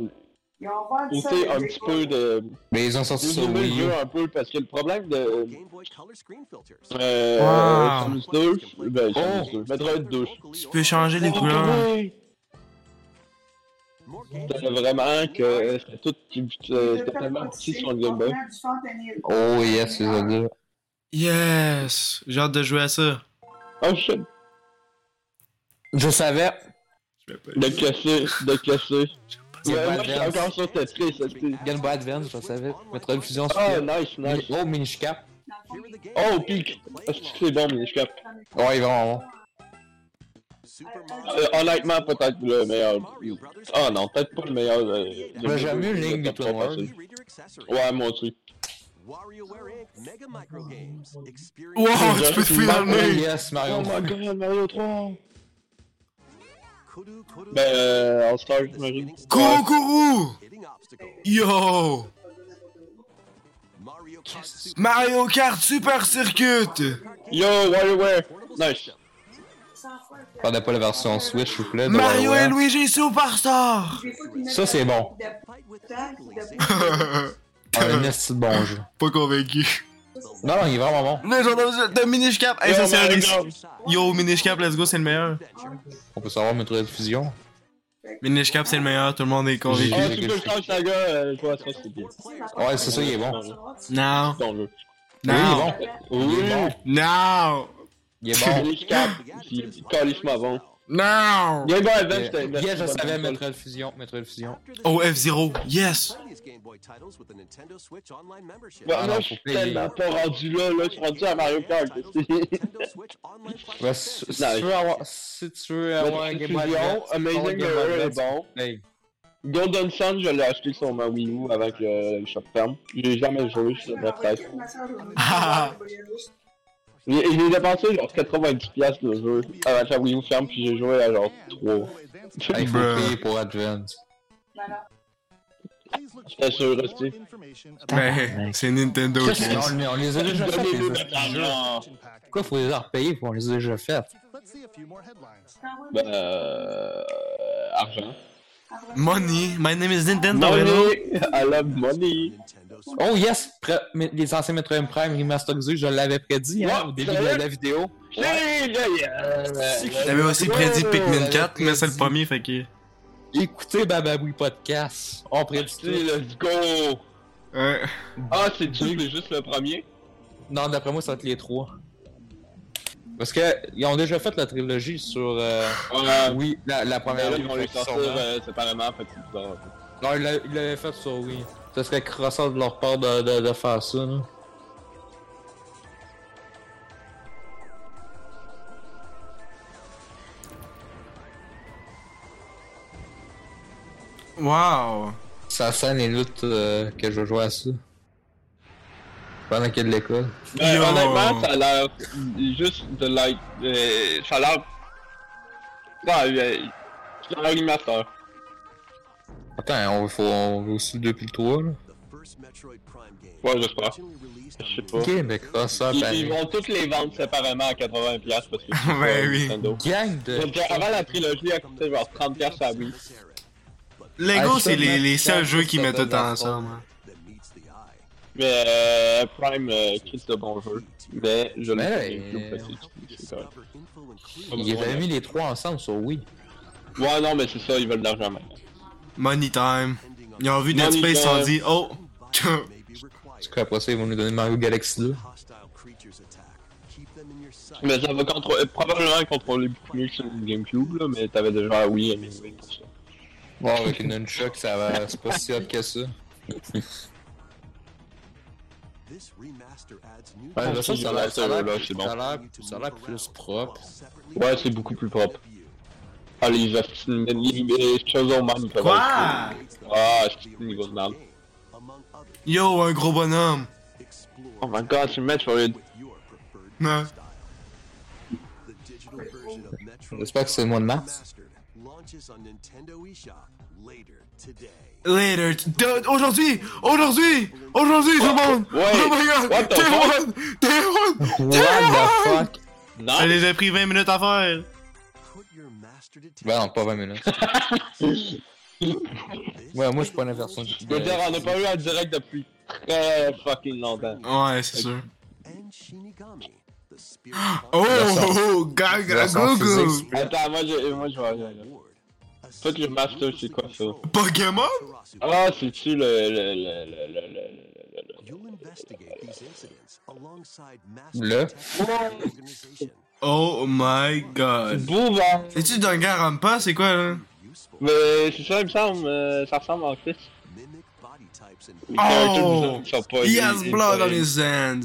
S8: Ils ont vendu ça.
S3: Ôter
S8: les
S3: un
S8: jeux
S3: petit
S8: de
S3: peu
S8: rôle.
S3: de.
S1: Mais ils ont sorti sur
S3: Résumer le
S1: Wii U.
S3: jeu un peu, parce que le problème de.
S7: Game Boy Color screen filters.
S3: Euh.
S2: Wow.
S3: Sims 2, ben, Sims 2, Metroid 2.
S2: Tu peux changer les
S3: Oh,
S2: couleurs.
S3: oui. C'était vraiment que euh, c'était tout qui
S8: Ils
S3: euh,
S8: étaient
S3: totalement petit
S8: partis
S3: sur le Game Boy.
S8: contenant du fentanyl.
S1: Oh yes, c'est ça. là.
S2: Yes! J'ai hâte de jouer à ça.
S3: Oh shit!
S1: Je savais.
S2: Je vais pas-
S3: De casser, de casser.
S1: C'est Ben,
S3: Ouais,
S1: pas
S3: moi, je suis
S1: Advance.
S3: encore sur Tetris, ça, c'est-
S1: Game Boy Advance, je savais. Metroid Fusion
S3: Ah,
S1: Super.
S3: nice, nice.
S1: Oh, mini cap.
S8: Dans le fond,
S3: Oh, pique! Est-ce que c'est bon, mais je capte.
S1: Ouais, vraiment.
S3: Euh, honnêtement, peut-être le meilleur. Ah non, peut-être pas le meilleur. euh, de-
S1: Mais j'aime mieux Link
S3: de-
S1: Between Worlds.
S3: Ouais, moi aussi.
S2: Wow, tu peux te fouiller dans le
S1: Oh
S2: nez!
S1: yes, Mario.
S3: god, Mario 3! Ben, euh, All-Star, j'imagine.
S2: Kokoro! Yo! Mario Kart Super Circuit!
S3: Yo, WarioWare! Nice!
S1: Prenez pas la version Switch, s'il vous plaît. de
S2: Mario et
S1: Mario.
S2: Luigi Superstar!
S8: des fois, ils mettent
S1: Ça, c'est bon.
S8: de- de-
S1: On a un esti de bon jeu.
S2: Pas convaincu.
S1: Non, non, il est vraiment bon.
S2: Le journal de Minish Cap! Hey,
S3: Yo,
S2: ça, c'est un
S3: Mario
S2: des-
S3: Kart.
S2: Yo, Minish Cap, let's go, c'est le meilleur.
S1: On peut savoir Metroid Fusion.
S2: Minish Cap, c'est le meilleur, tout le monde est convaincu.
S3: Ah, tu peux changer ta gueule, euh, je vois ça, c'est bien.
S1: Ouais, c'est ça, il est bon.
S2: Non,
S3: Bon,
S1: Oui,
S3: là.
S1: il est
S2: non,
S1: bon.
S3: Oui!
S2: non,
S1: Il est bon.
S3: Minish Cap, c'est calissement bon.
S2: non!
S3: Game Boy Advance, c'était une
S1: Yeah, yeah, Euh, je
S3: bonne
S1: savais
S3: console.
S1: Metroid Fusion. Metroid Fusion.
S2: Oh, F-Zero, yes!
S3: Ouais,
S1: Ah
S3: moi,
S1: non,
S3: je suis
S1: faut payer.
S3: tellement pas rendu là, là, je suis rendu à Mario Kart.
S1: Ouais, Ben, si, si
S3: Nice.
S1: tu veux avoir, Ben, si tu veux avoir un
S3: Metroid
S1: Game Boy
S3: Fusion,
S1: Advance, prends le
S3: Amazing
S1: Game Boy
S3: Mirror est
S1: Advance.
S3: bon.
S1: Hey,
S3: Golden Sun, je l'ai acheté sur ma Wii U avec euh, le shop ferme. J'ai jamais joué, je
S8: de-
S3: suis ma presse.
S8: Ma soeur, elle m'a
S2: Ah.
S8: dit,
S3: J'ai j'ai dépensé genre 90$ le jeu avec la Wii U ferme, puis j'ai joué à genre 3.
S1: hey, faut
S2: Bruh.
S1: payer pour Advance.
S8: Voilà.
S3: J'étais sûr, aussi.
S2: Ben, c'est Nintendo,
S1: Qu'est-ce
S2: Chris.
S1: qu'on- on les a déjà fait, les hosties de jeux. Pourquoi faut les en repayer pour on les a déjà fait?
S8: T'envoies
S3: Ben, euh, argent.
S2: Money, my name is Nintendo, hello!
S3: Money! I love money!
S1: Oh yes! Pre- mais- les anciens Metroid Prime remasterisés, je l'avais prédit hein,
S3: Ouais,
S1: au début de
S3: sérieux?
S1: la vidéo. Euh,
S3: J'ai gagné!
S2: J'avais aussi prédit Pikmin
S1: j'avais
S2: 4, mais c'est le
S1: prédit.
S2: premier, fait que.
S1: Écoutez Bababoui Podcast. On prédit tout.
S3: Let's go!
S2: Ouais.
S3: Ah, c'est tu, c'est juste le premier?
S1: Non, d'après moi, ça va être les trois. Parce que ils ont déjà fait la trilogie sur euh,
S3: Ouais.
S1: Ben oui, la, la
S3: Mais
S1: première
S3: là,
S1: Wii,
S3: ils vont les
S1: fait qu'ils
S3: sortir
S1: sont là.
S3: euh, séparément, fait que c'est bizarre. un peu.
S1: Non, ils l'a- ils l'avaient fait sur oui. Ça serait croissant de leur part de, de, de faire ça. là.
S2: Wow!
S1: Ça sent les luttes euh, que je jouais à ça. Pendant qu'il y a de l'école.
S3: Ben,
S2: Yo.
S3: honnêtement, ça a l'air juste de l'être. euh, ça a l'air. Ouais, euh, ça a l'air remaster.
S1: Attends, on, faut, on veut aussi le 2 puis le 3 là.
S3: Ouais, j'espère. Je sais pas.
S1: Ok, mais crosseur,
S3: Ils,
S1: ben,
S3: ils vont toutes les vendre séparément à 80$ parce que c'est
S2: Ben
S3: pas
S2: oui.
S3: Nintendo.
S1: Gang de.
S3: Donc, euh, avant la trilogie, elle coûtait genre 30$ à Wii.
S2: Lego,
S1: Ah,
S2: c'est les, les
S1: ça,
S2: seuls
S1: ça,
S2: jeux qui
S1: ça,
S2: mettent
S1: ça,
S2: tout
S1: ça,
S2: ensemble.
S1: ça.
S2: hein.
S3: Mais euh, Prime, euh, Chris de bon jeu. Mais je l'ai
S1: Mais,
S3: fait
S1: euh,
S3: GameCube, fait que c'est- c'est correct.
S1: Ils avaient mis les trois ensemble sur Wii.
S3: Ouais, non, mais c'est ça, ils veulent de l'argent maintenant.
S2: Money time. Ils ont vu Dead
S3: Money
S2: Space, ils ont
S3: time.
S2: dit, oh!
S1: Parce qu'après ça, ils vont nous donner Mario Galaxy 2.
S3: Mais ça va contrôler, probablement contrôler beaucoup mieux que sur le GameCube, là, mais t'avais déjà la Wii anyway pour ça.
S1: Bon, avec une nunchuck, ça va. C'est pas si hot que ça. Ouais, là, ça, ça a l'air- ça a
S3: Ouais,
S1: l'air
S3: c'est bon.
S1: ça a l'air- ça a l'air plus propre.
S3: Ouais, c'est beaucoup plus propre. Ah, les assassins, les, les choses au man, ils peuvent
S2: Quoi?
S3: être- Ah, c'est un niveau de merde.
S2: Yo, un gros bonhomme!
S3: Oh my god, c'est Metroid.
S2: Non.
S1: J'espère que c'est le mois de mars.
S2: Later. t- de- Aujourd'hui! Aujourd'hui! Aujourd'hui, tout le monde!
S3: Ouais.
S2: Oh my god!
S3: What the
S2: Day
S3: fuck?
S2: one! Day one!
S1: What the fuck?
S3: Non!
S2: Ça les a pris 20 minutes à faire!
S1: Ben non, pas 20 minutes. Ouais, moi, je prends la version
S3: Je
S1: du
S3: veux dire, on n'a pas eu un direct depuis très fucking longtemps.
S2: Ouais, c'est sûr.
S7: And Shinigami, the spirit
S2: Oh,
S1: Version-
S2: oh, oh, gaga,
S1: version
S2: gogo!
S1: physique.
S3: Attends, moi, je, moi, je vais. Toi, tu le master, c'est quoi, ça?
S2: Pokémon?
S3: Ah, c'est-tu le. le. le. le. le. le- le-
S7: You'll investigate these incidents alongside
S1: Le.
S7: master detectives of the organization.
S2: Oh my
S3: le.
S2: god.
S3: Beau vent!
S2: C'est-tu Dungar Rampa? C'est quoi, hein? là?
S7: Useful.
S3: Mais c'est ça, il me semble. euh, ça ressemble en fait.
S7: Mimic body types and
S3: Les characters
S2: Oh!
S3: bizarres qui sont pas-
S2: He has
S3: ils- ils-
S2: blood on
S3: ils-
S2: his hands.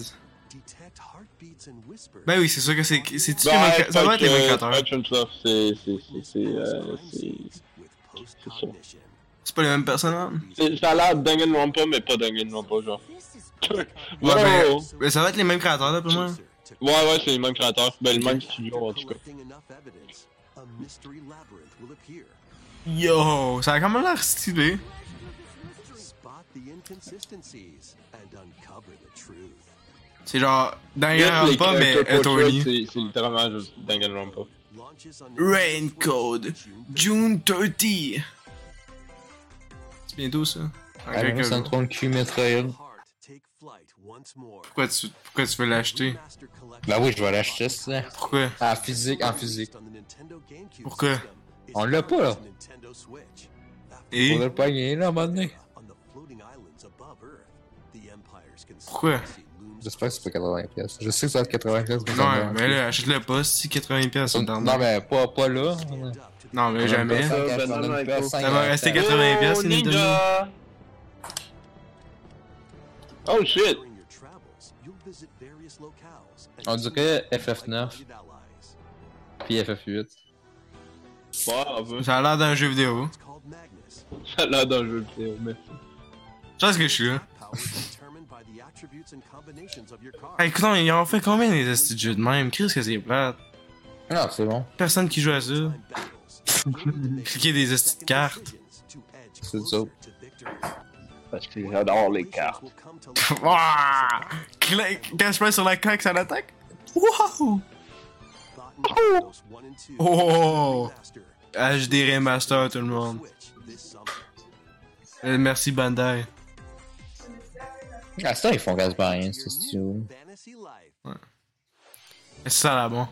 S7: detect heartbeats and whispers.
S2: Ben oui, c'est sûr que c'est. C'est-tu
S3: Ben,
S2: évoca- Ça doit
S3: fuck,
S2: être
S3: euh,
S2: évocateur.
S3: fuck Shrimp Stuff, c'est. c'est. c'est. c'est. euh,
S7: Crime
S3: c'est-
S7: scenes with post-cognition.
S2: C'est pas les mêmes personnes, hein?
S3: c'est- Ça a l'air Danganronpa, mais pas Danganronpa, genre.
S6: This is
S3: Ouais,
S2: ben-
S3: ouais,
S2: Ben ça va être les mêmes créateurs, d'après moi.
S7: Closer to
S3: ouais, ouais, c'est les mêmes créateurs. Ben, le même
S7: After
S3: studio, en tout cas.
S7: collecting enough evidence, a mystery labyrinth will appear.
S2: Yo! Ça a quand même l'air stylé.
S7: Spot the inconsistencies and uncover the truth.
S2: C'est genre. Dungar
S3: Juste les
S2: Rampa, mais
S3: character portraits,
S2: Attorney.
S3: c'est c'est littéralement juste Danganronpa.
S7: Launches on
S2: Rain Code. June 30. C'est bientôt, ça. En
S1: Ah,
S2: quelques
S1: moi, ça me
S2: jours.
S1: trompe cul, Metroid.
S7: Heart, take flight once more.
S2: Pourquoi tu, pourquoi tu veux l'acheter?
S7: Remaster collection
S1: Bah oui, je vais l'acheter, ça.
S2: Pourquoi?
S1: En physique, en physique.
S7: on the Nintendo GameCube
S2: Pourquoi?
S7: system is
S1: On l'a pas, là.
S7: on Nintendo Switch. After
S2: Et?
S1: On le pogner, là, à un moment donné.
S7: on the floating islands above Earth, the Empire's
S2: Pourquoi?
S7: conspiracy looms
S1: J'espère que c'est pas 80 pièces. Je sais que ça va être 80 pièces. mais ça me
S2: Non,
S1: dérange
S2: mais là, achète-le pas, si 80$, pièces,
S1: pas.
S2: c'est
S1: Non, mais pas, pas là.
S7: stand up to the
S2: Non, mais jamais.
S1: On a une PS5, on a une
S3: Ça
S1: PS5,
S2: va rester
S1: euh,
S2: 80 piastres,
S3: Oh,
S2: Nintendo.
S3: ninja! Oh shit!
S7: During your travels, you'll visit various locales and
S1: On dirait FF9
S7: like-minded allies.
S1: puis FF8.
S3: Wow, en fait,
S2: Ça a l'air d'un jeu vidéo.
S7: It's called Magnus.
S3: ça a l'air d'un jeu vidéo, merci.
S2: Je pense que je suis là.
S7: Power is determined by the attributes and combinations of your car.
S2: Hey, Ah, écoute, ils en fait combien des astuces de jeux de même? Qu'est-ce que c'est plate?
S1: Non, Ah, c'est bon.
S2: Personne qui joue à ça.
S7: Time battles. You'll need to make
S2: Cliquez des
S7: second
S2: petites cartes.
S7: decisions to edge
S1: C'est
S7: closer
S1: ça.
S7: to victory.
S3: Parce que j'adore les cartes.
S7: Will come to light.
S2: Wouah! Clac- Quand je presse sur la claque, ça l'attaque? Wow!
S7: Thought and Battles 1 and 2.
S2: Oh!
S7: Remaster.
S2: HD Remaster, tout le monde.
S7: Switch this summer.
S2: Euh, merci Bandai.
S1: Ah, ça, ils font quasiment rien,
S7: Your
S1: ce
S7: new
S2: Oh.
S1: studio.
S7: fantasy life.
S2: C'est ça là bon.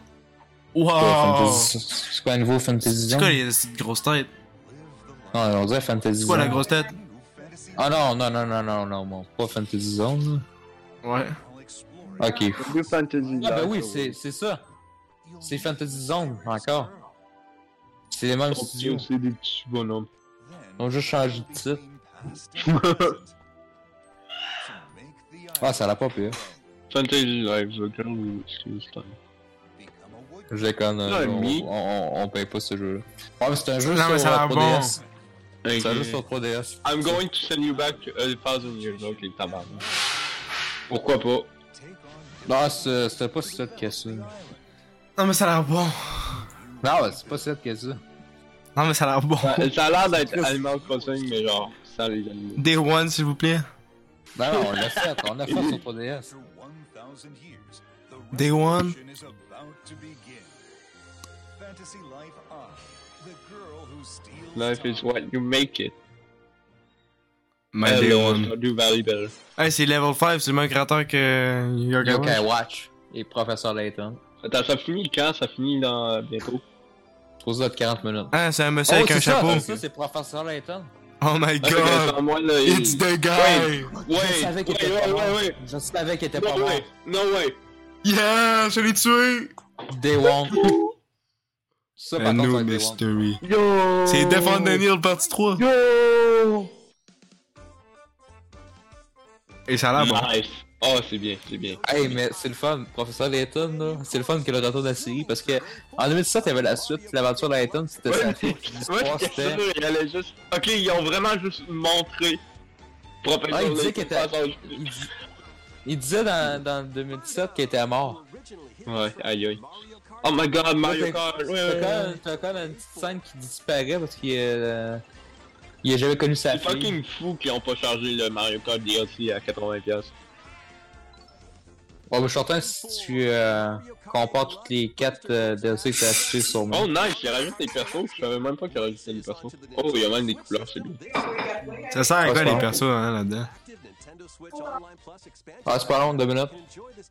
S1: Fantasy-
S2: Wow!
S1: C'est quoi un nouveau Fantasy
S2: C'est
S1: Zone?
S2: quoi les astuces de grosses têtes?
S1: Non, on dirait Fantasy
S2: C'est
S1: Zone.
S2: quoi la grosse tête?
S1: Ah non, non, non, non, non, non, non, pas Fantasy Zone.
S2: Ouais.
S1: là. Ok.
S3: New Fantasy euh,
S1: Ah ben oui, c'est c'est ça. C'est Fantasy Zone, encore. C'est les mêmes studios.
S3: C'est des petits bonhommes.
S1: Ils ont juste changé de titre. Ah, ça l'a pas pire.
S3: Fantasy Live, je regarde c'est ça.
S1: Je déconne, euh,
S3: Non,
S1: on,
S3: lui.
S1: on, on paye pas ce jeu-là. Ah, mais c'est un jeu
S2: Non, mais
S1: sur
S2: ça a
S1: euh,
S2: l'air
S1: 3DS. C'est un jeu sur
S3: Ok.
S1: 3DS.
S3: I'm going to send you back a thousand years. Ok, tabarnak. Pourquoi pas?
S1: Non, c'est- c'était pas si que ça. Non,
S2: Non mais ça a l'air bon.
S1: mais c'est pas si que ça.
S2: Non mais ça a l'air bon.
S1: Bah,
S3: Ça- Ça a l'air d'être Animal Crossing, mais genre, sans les animaux.
S2: Day One s'il vous plaît.
S1: Non, non, on l'a fait, on l'a fait sur 3DS.
S2: Day One.
S9: is about to begin. Fantasy Life R. The girl who steals
S3: Life is what you make it.
S2: My
S3: Hell,
S2: Day
S3: euh,
S2: One.
S3: Stardew Valley Better.
S2: Hey c'est Level 5, c'est le même créateur que Yoga
S1: Ok,
S2: Watch.
S1: Watch et Professeur Layton.
S3: Attends, ça finit quand? Ça finit dans euh, bientôt.
S1: Trois autres 40 minutes.
S2: Ah c'est un monsieur
S1: Oh,
S2: avec
S1: c'est
S2: un
S1: ça,
S2: chapeau.
S1: c'est ça, c'est Professeur Layton.
S2: Oh my
S3: Ah, fait que
S2: god!
S3: sans moi, là, il-
S2: It's the guy!
S3: Ouais,
S1: Je savais qu'il
S3: ouais,
S1: était
S3: ouais,
S1: pas
S3: ouais,
S1: mort.
S3: ouais.
S1: Je savais qu'il était pas
S3: No
S1: mort.
S3: way, no way.
S2: Yeah! Je l'ai tué!
S1: Day One. Ça, par contre, c'est Day One.
S2: mystery.
S3: Yo!
S2: C'est Defend Daniel partie 3.
S3: Yo!
S2: Et ça a l'air bon.
S3: Nice. Oh, c'est bien, c'est bien.
S1: Hey, mais c'est le fun, professeur Layton, là. C'est le fun que le retour de la série parce que en 2017, il y avait la suite, puis l'aventure de Layton, c'était sa fille, puis
S3: Moi,
S1: l'histoire,
S3: j'étais
S1: c'était.
S3: sûr, il allait juste. Ok, ils ont vraiment juste montré. Professeur
S1: Ah, il disait
S3: Layton
S1: qu'il était.
S3: face à-
S1: Il, dis- il disait dans, dans 2017 qu'il était mort.
S7: Originally hidden
S3: Ouais,
S7: from
S3: aïe aïe.
S7: Mario Kart
S3: Oh my god, Mario
S1: T'as-
S3: Kart! Ouais,
S1: T'as
S3: ouais,
S1: quand,
S3: ouais.
S1: t'as quand une petite scène qui disparaît parce qu'il euh, il a jamais connu sa
S3: C'est
S1: fille.
S3: fucking fou qu'ils ont pas chargé le Mario Kart DLC à 80$.
S1: Bon, ben, je suis certain si tu euh, compares toutes les quatre euh, DLC que tu as acheté sur moi.
S3: Oh nice, il rajoute des persos, je savais même pas qu'il rajoutait des persos. Oh, il y a même des couleurs, c'est bien.
S2: Ça sert à
S1: Ah,
S2: quoi
S1: c'est
S2: les
S1: bon.
S2: persos hein, là-dedans?
S1: Ah, c'est pas long, deux minutes.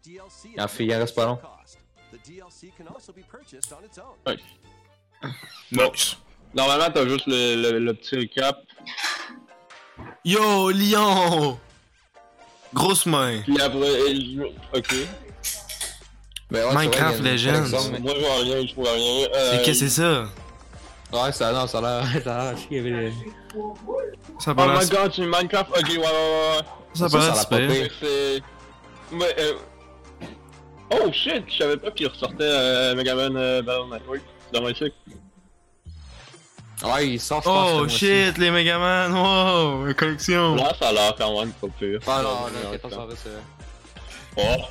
S7: Il en fait, il en reste pas long.
S3: Ouais.
S2: Non.
S3: Normalement, t'as juste le, le, le petit recap,
S2: Yo, Lion! Grosse main!
S3: puis après, et je- ok.
S1: Ben, ouais,
S2: Minecraft
S1: c'est vrai, il y a une
S2: Legends.
S1: collection,
S3: Moi, je vois rien, je vois rien. Euh,
S2: C'est qu'est-ce que c'est ça?
S1: mais- Ouais, ça, non, ça a l'air- ça a l'air chier. il y avait les-
S2: Ça a
S3: Oh
S2: pas l'air
S3: my
S2: super.
S3: god, c'est Minecraft, ok, ouais, ouais, ouais.
S2: Ça a
S1: ça, ça
S2: pas l'air
S1: l'a pas
S2: super.
S1: payé.
S3: ouais. C'est. Mais, euh... Oh shit, je savais pas qu'il ressortait euh, Megaman euh, Battle Network dans mon truc.
S1: Ouais, il sort, je pense.
S2: Oh
S1: ce mois-ci.
S2: shit, les Megaman! Wow! Une collection!
S3: Là, ça a l'air quand même pas pire.
S1: Ah non, non, 14 avril, c'est vrai.
S3: Oh.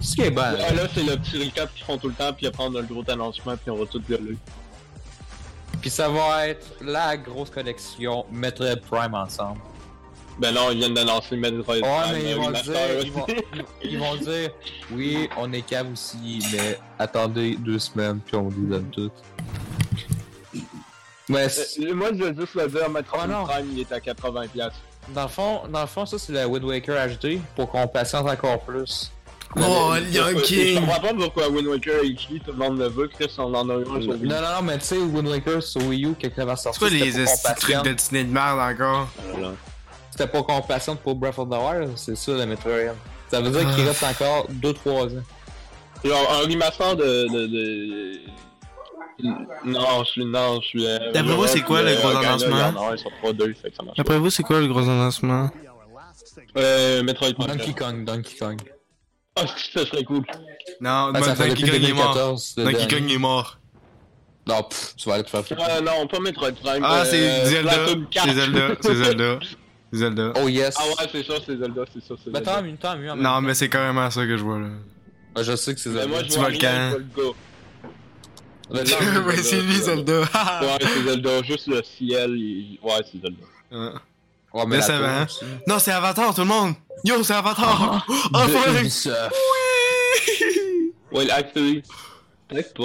S1: Ce qui est bon.
S3: Ouais, là, c'est le petit recap qu'ils font tout le temps, puis après, on a le gros annoncement, puis on va tout gueuler.
S1: Puis ça va être la grosse collection Metroid Prime ensemble.
S3: Ben non, ils viennent d'annoncer Metroid
S1: Ouais,
S3: Prime,
S1: mais
S3: euh,
S1: ils vont
S3: remaster
S1: dire,
S3: aussi.
S1: ils vont, ils vont dire, oui, on est cave aussi, mais attendez deux semaines, puis on vous donne tout. Mais c'est-
S3: Euh, Moi, je veux juste le dire, Metroid
S1: Oh non.
S3: Prime, il est à 80$. piastres.
S1: dans le fond, dans le fond, ça c'est la Wind Waker HD pour qu'on patiente encore plus.
S2: Oh,
S3: Je-
S2: Lion
S3: je- Je
S2: King!
S3: comprends pas pourquoi Wind Waker HD, tout le monde le veut, Chris, on en a eu un sur
S1: Non,
S3: Wii.
S1: non, non, mais tu sais, Wind Waker sur Wii U, quelqu'un va
S2: C'est
S1: sortir.
S2: quoi les
S1: pour qu'on
S2: esti de trucs
S1: patiente-
S2: de Disney de merde encore?
S3: Voilà.
S1: C'était pour qu'on patiente pour Breath of the Wild, c'est ça le Metroid. Ça veut dire qu'il reste encore 2-3 ans.
S3: Genre, un remaster de. de, de... Non, je suis. Non, je suis. euh,
S2: D'après vous, c'est quoi le
S3: euh,
S2: gros
S3: Organa,
S2: annoncement?
S3: il y en a un sur 3-2, fait que ça marche.
S2: D'après vous, c'est quoi le gros annoncement?
S3: Euh, Metroid Prime.
S1: Donkey Kong, Donkey Kong.
S3: Ah, si, ça serait cool.
S2: Non,
S1: Ah, ça fait
S2: Donkey
S1: depuis
S2: Kong est mort.
S1: 2014. le
S2: Donkey
S1: dernier.
S2: Kong est mort.
S1: euh, Non, pff, tu vas aller te faire foutre.
S3: Euh, non, pas Metroid Prime.
S2: Ah,
S3: euh,
S2: c'est Zelda!
S3: Splatoon 4.
S2: C'est Zelda! C'est Zelda! C'est Zelda!
S1: Oh yes.
S3: Ah ouais, c'est ça, c'est Zelda, c'est ça, c'est
S1: Mais
S3: Zelda.
S1: Ben, tant mieux, tant mieux. en même
S2: Non, mais c'est carrément ça que je vois là.
S1: temps. Ah, Je sais que c'est
S3: Mais
S1: Zelda.
S3: Euh, moi, je
S2: Petit
S3: vois rien,
S2: volcan.
S3: je vois le gars.
S1: Mais non,
S2: Ouais, c'est lui, Zelda!
S3: Ouais, c'est Zelda, juste le ciel, il- ouais, c'est Zelda.
S2: Ah.
S1: Ouais, mais la
S2: Décevant. hein.
S1: tour aussi.
S2: Non, c'est Avatar, tout le monde! Yo, c'est Avatar! Ah,
S1: De
S2: Enfin!
S1: Ubisoft.
S3: Well, actually, peut-être pas.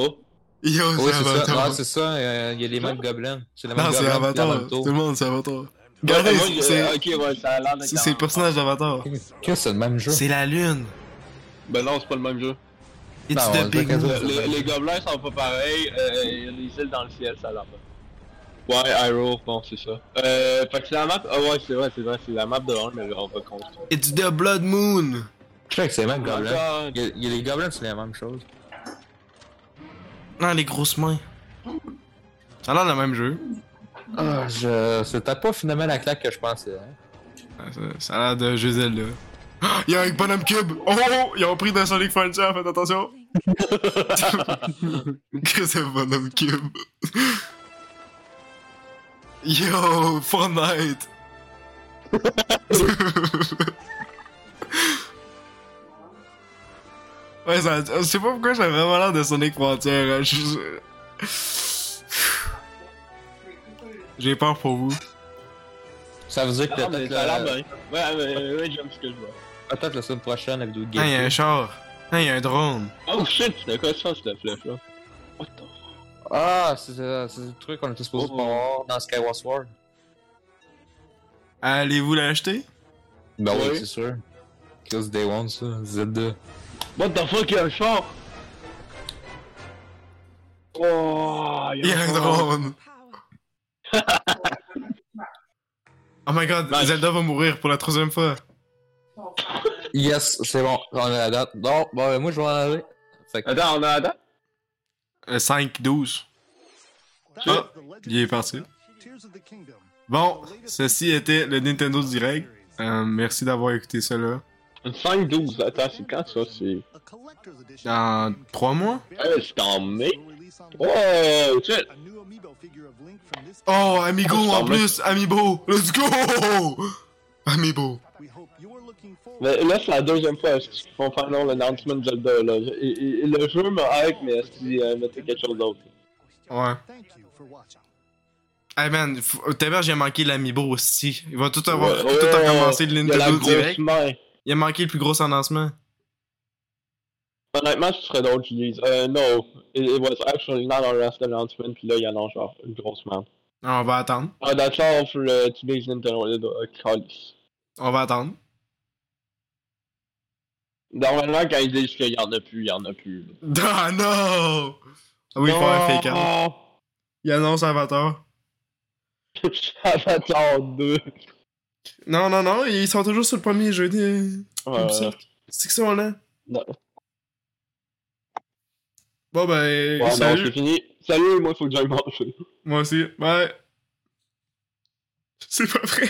S2: Yo,
S1: Oui,
S2: c'est
S1: c'est ça.
S2: Avatar!
S1: Ouais, c'est ça. euh, Il y a les mêmes gobelins. C'est le même
S2: Non, c'est
S1: gobelin. puis la
S2: Avatar!
S1: même
S2: Tout
S1: tour.
S2: le monde, c'est Avatar!
S3: Ouais,
S2: Regardez,
S3: moi, je-
S2: c'est-
S3: Ok, ouais, ça a l'air d'être
S2: c'est c'est le
S3: un-
S2: personnage d'Avatar!
S1: Qu'est-ce que c'est le même jeu?
S2: C'est la lune!
S3: Ben non, c'est pas le même jeu.
S2: It's
S1: Non, on
S2: the
S1: dirait
S2: big
S1: que-
S2: moon!
S3: Euh, Les, les gobelins sont pas pareils, euh, il y a des îles dans le ciel, ça a l'air pas. Ouais, Iroh, bon, c'est ça. Euh, fait que c'est la map, ah ouais, c'est vrai, c'est vrai, c'est la map de 1, mais on va construire.
S2: It's the blood moon!
S1: Je sais que c'est le même gobelin.
S3: God.
S1: Il y a- il y a les gobelins, c'est la même chose.
S2: Non, les grosses mains! Ça a l'air le même jeu!
S1: Ah, je. C'est peut-être pas finalement la claque que je pensais. hein.
S2: Ah, ça- Ça a l'air de jeu Zelda. Ah, Y'a un bonhomme cube! Oh, oh! Ils ont pris dans Sonic Frontier, faites attention! Qu'est-ce que c'est un bonhomme cube? Yo, Fortnite! ouais, ça, je sais pas pourquoi j'ai vraiment l'air de Sonic Frontier. hein, je suis- J'ai peur pour vous.
S1: Ça veut dire que
S3: Ah, mais
S1: peut-être
S3: ça a
S1: la...
S2: euh,
S3: l'air bien. Ouais, mais ouais, j'aime ce que je vois.
S1: peut-être la semaine prochaine, la vidéo de
S2: Ah, y'a un
S1: gameplay.
S2: char! Ah, y'a un drone!
S3: Oh shit, c'était quoi ça, cette flèche là? What the fuck?
S1: Ah, c'est euh, c'est le truc qu'on était supposé
S3: Oh.
S1: pas voir dans Skyward Sword.
S2: Allez-vous l'acheter?
S1: Ben oui,
S3: Oui.
S1: c'est sûr. Cause Day One, ça. Z2.
S3: What the fuck, il y a un char! Oh, il
S2: Il y a un drone! oh my god,
S3: Nice.
S2: Zelda va mourir pour la troisième fois!
S1: Yes, c'est bon. On a la date. Non, bon, ben, moi, je vais en aller. Fait que,
S3: Attends, on a attends.
S2: Euh, 5-12. Ah, il est parti. Bon, ceci était le Nintendo Direct. Euh, merci d'avoir écouté cela.
S3: Une 5-12, attends, c'est quand ça? C'est.
S2: Dans 3 mois?
S3: Eh, c'est en mai? Oh, shit!
S2: Oh, Amigo
S3: Oh,
S2: en
S3: mais-
S2: plus! Amiibo! Let's go! Amiibo!
S3: Mais là, c'est la deuxième fois est-ce qu'ils font faire non, l'announcement de Zelda. Là. Et- et- et le jeu me hype, mais est-ce qu'ils euh, mettaient quelque chose d'autre?
S2: Ouais. Hey man, f- tout à l'heure j'ai manqué l'Amiibo aussi. Il va tout avoir,
S3: Ouais,
S2: tout
S3: ouais,
S2: a commencé le
S3: il y a la
S2: Nintendo
S3: grosse
S2: Direct.
S3: main.
S2: Il a manqué le plus gros annoncement.
S3: Honnêtement, ce serait d'autres qui disent euh, No, it, it was actually not our last announcement, puis là, il annonce genre une grosse merde.
S2: On va attendre.
S3: Ah, that's all for uh, today's Nintendo uh, Callis.
S2: On va attendre.
S3: Normalement, quand ils disent qu'il y en a plus, il y en a plus.
S2: Ah non! Ah Oui, il faut un fake out.
S3: Ah!
S2: Il annonce Avatar.
S3: Avatar 2.
S2: Non, non, non, ils sont toujours sur le premier jeudi. euh,
S3: Ah, Ouais.
S2: comme ça. C'est que ça, on l'a.
S3: Non.
S2: Bon, ben,
S3: Ouais, non,
S2: salut.
S3: c'est fini. Salut, moi, faut que j'aille manger.
S2: Moi aussi. Bye. C'est pas vrai.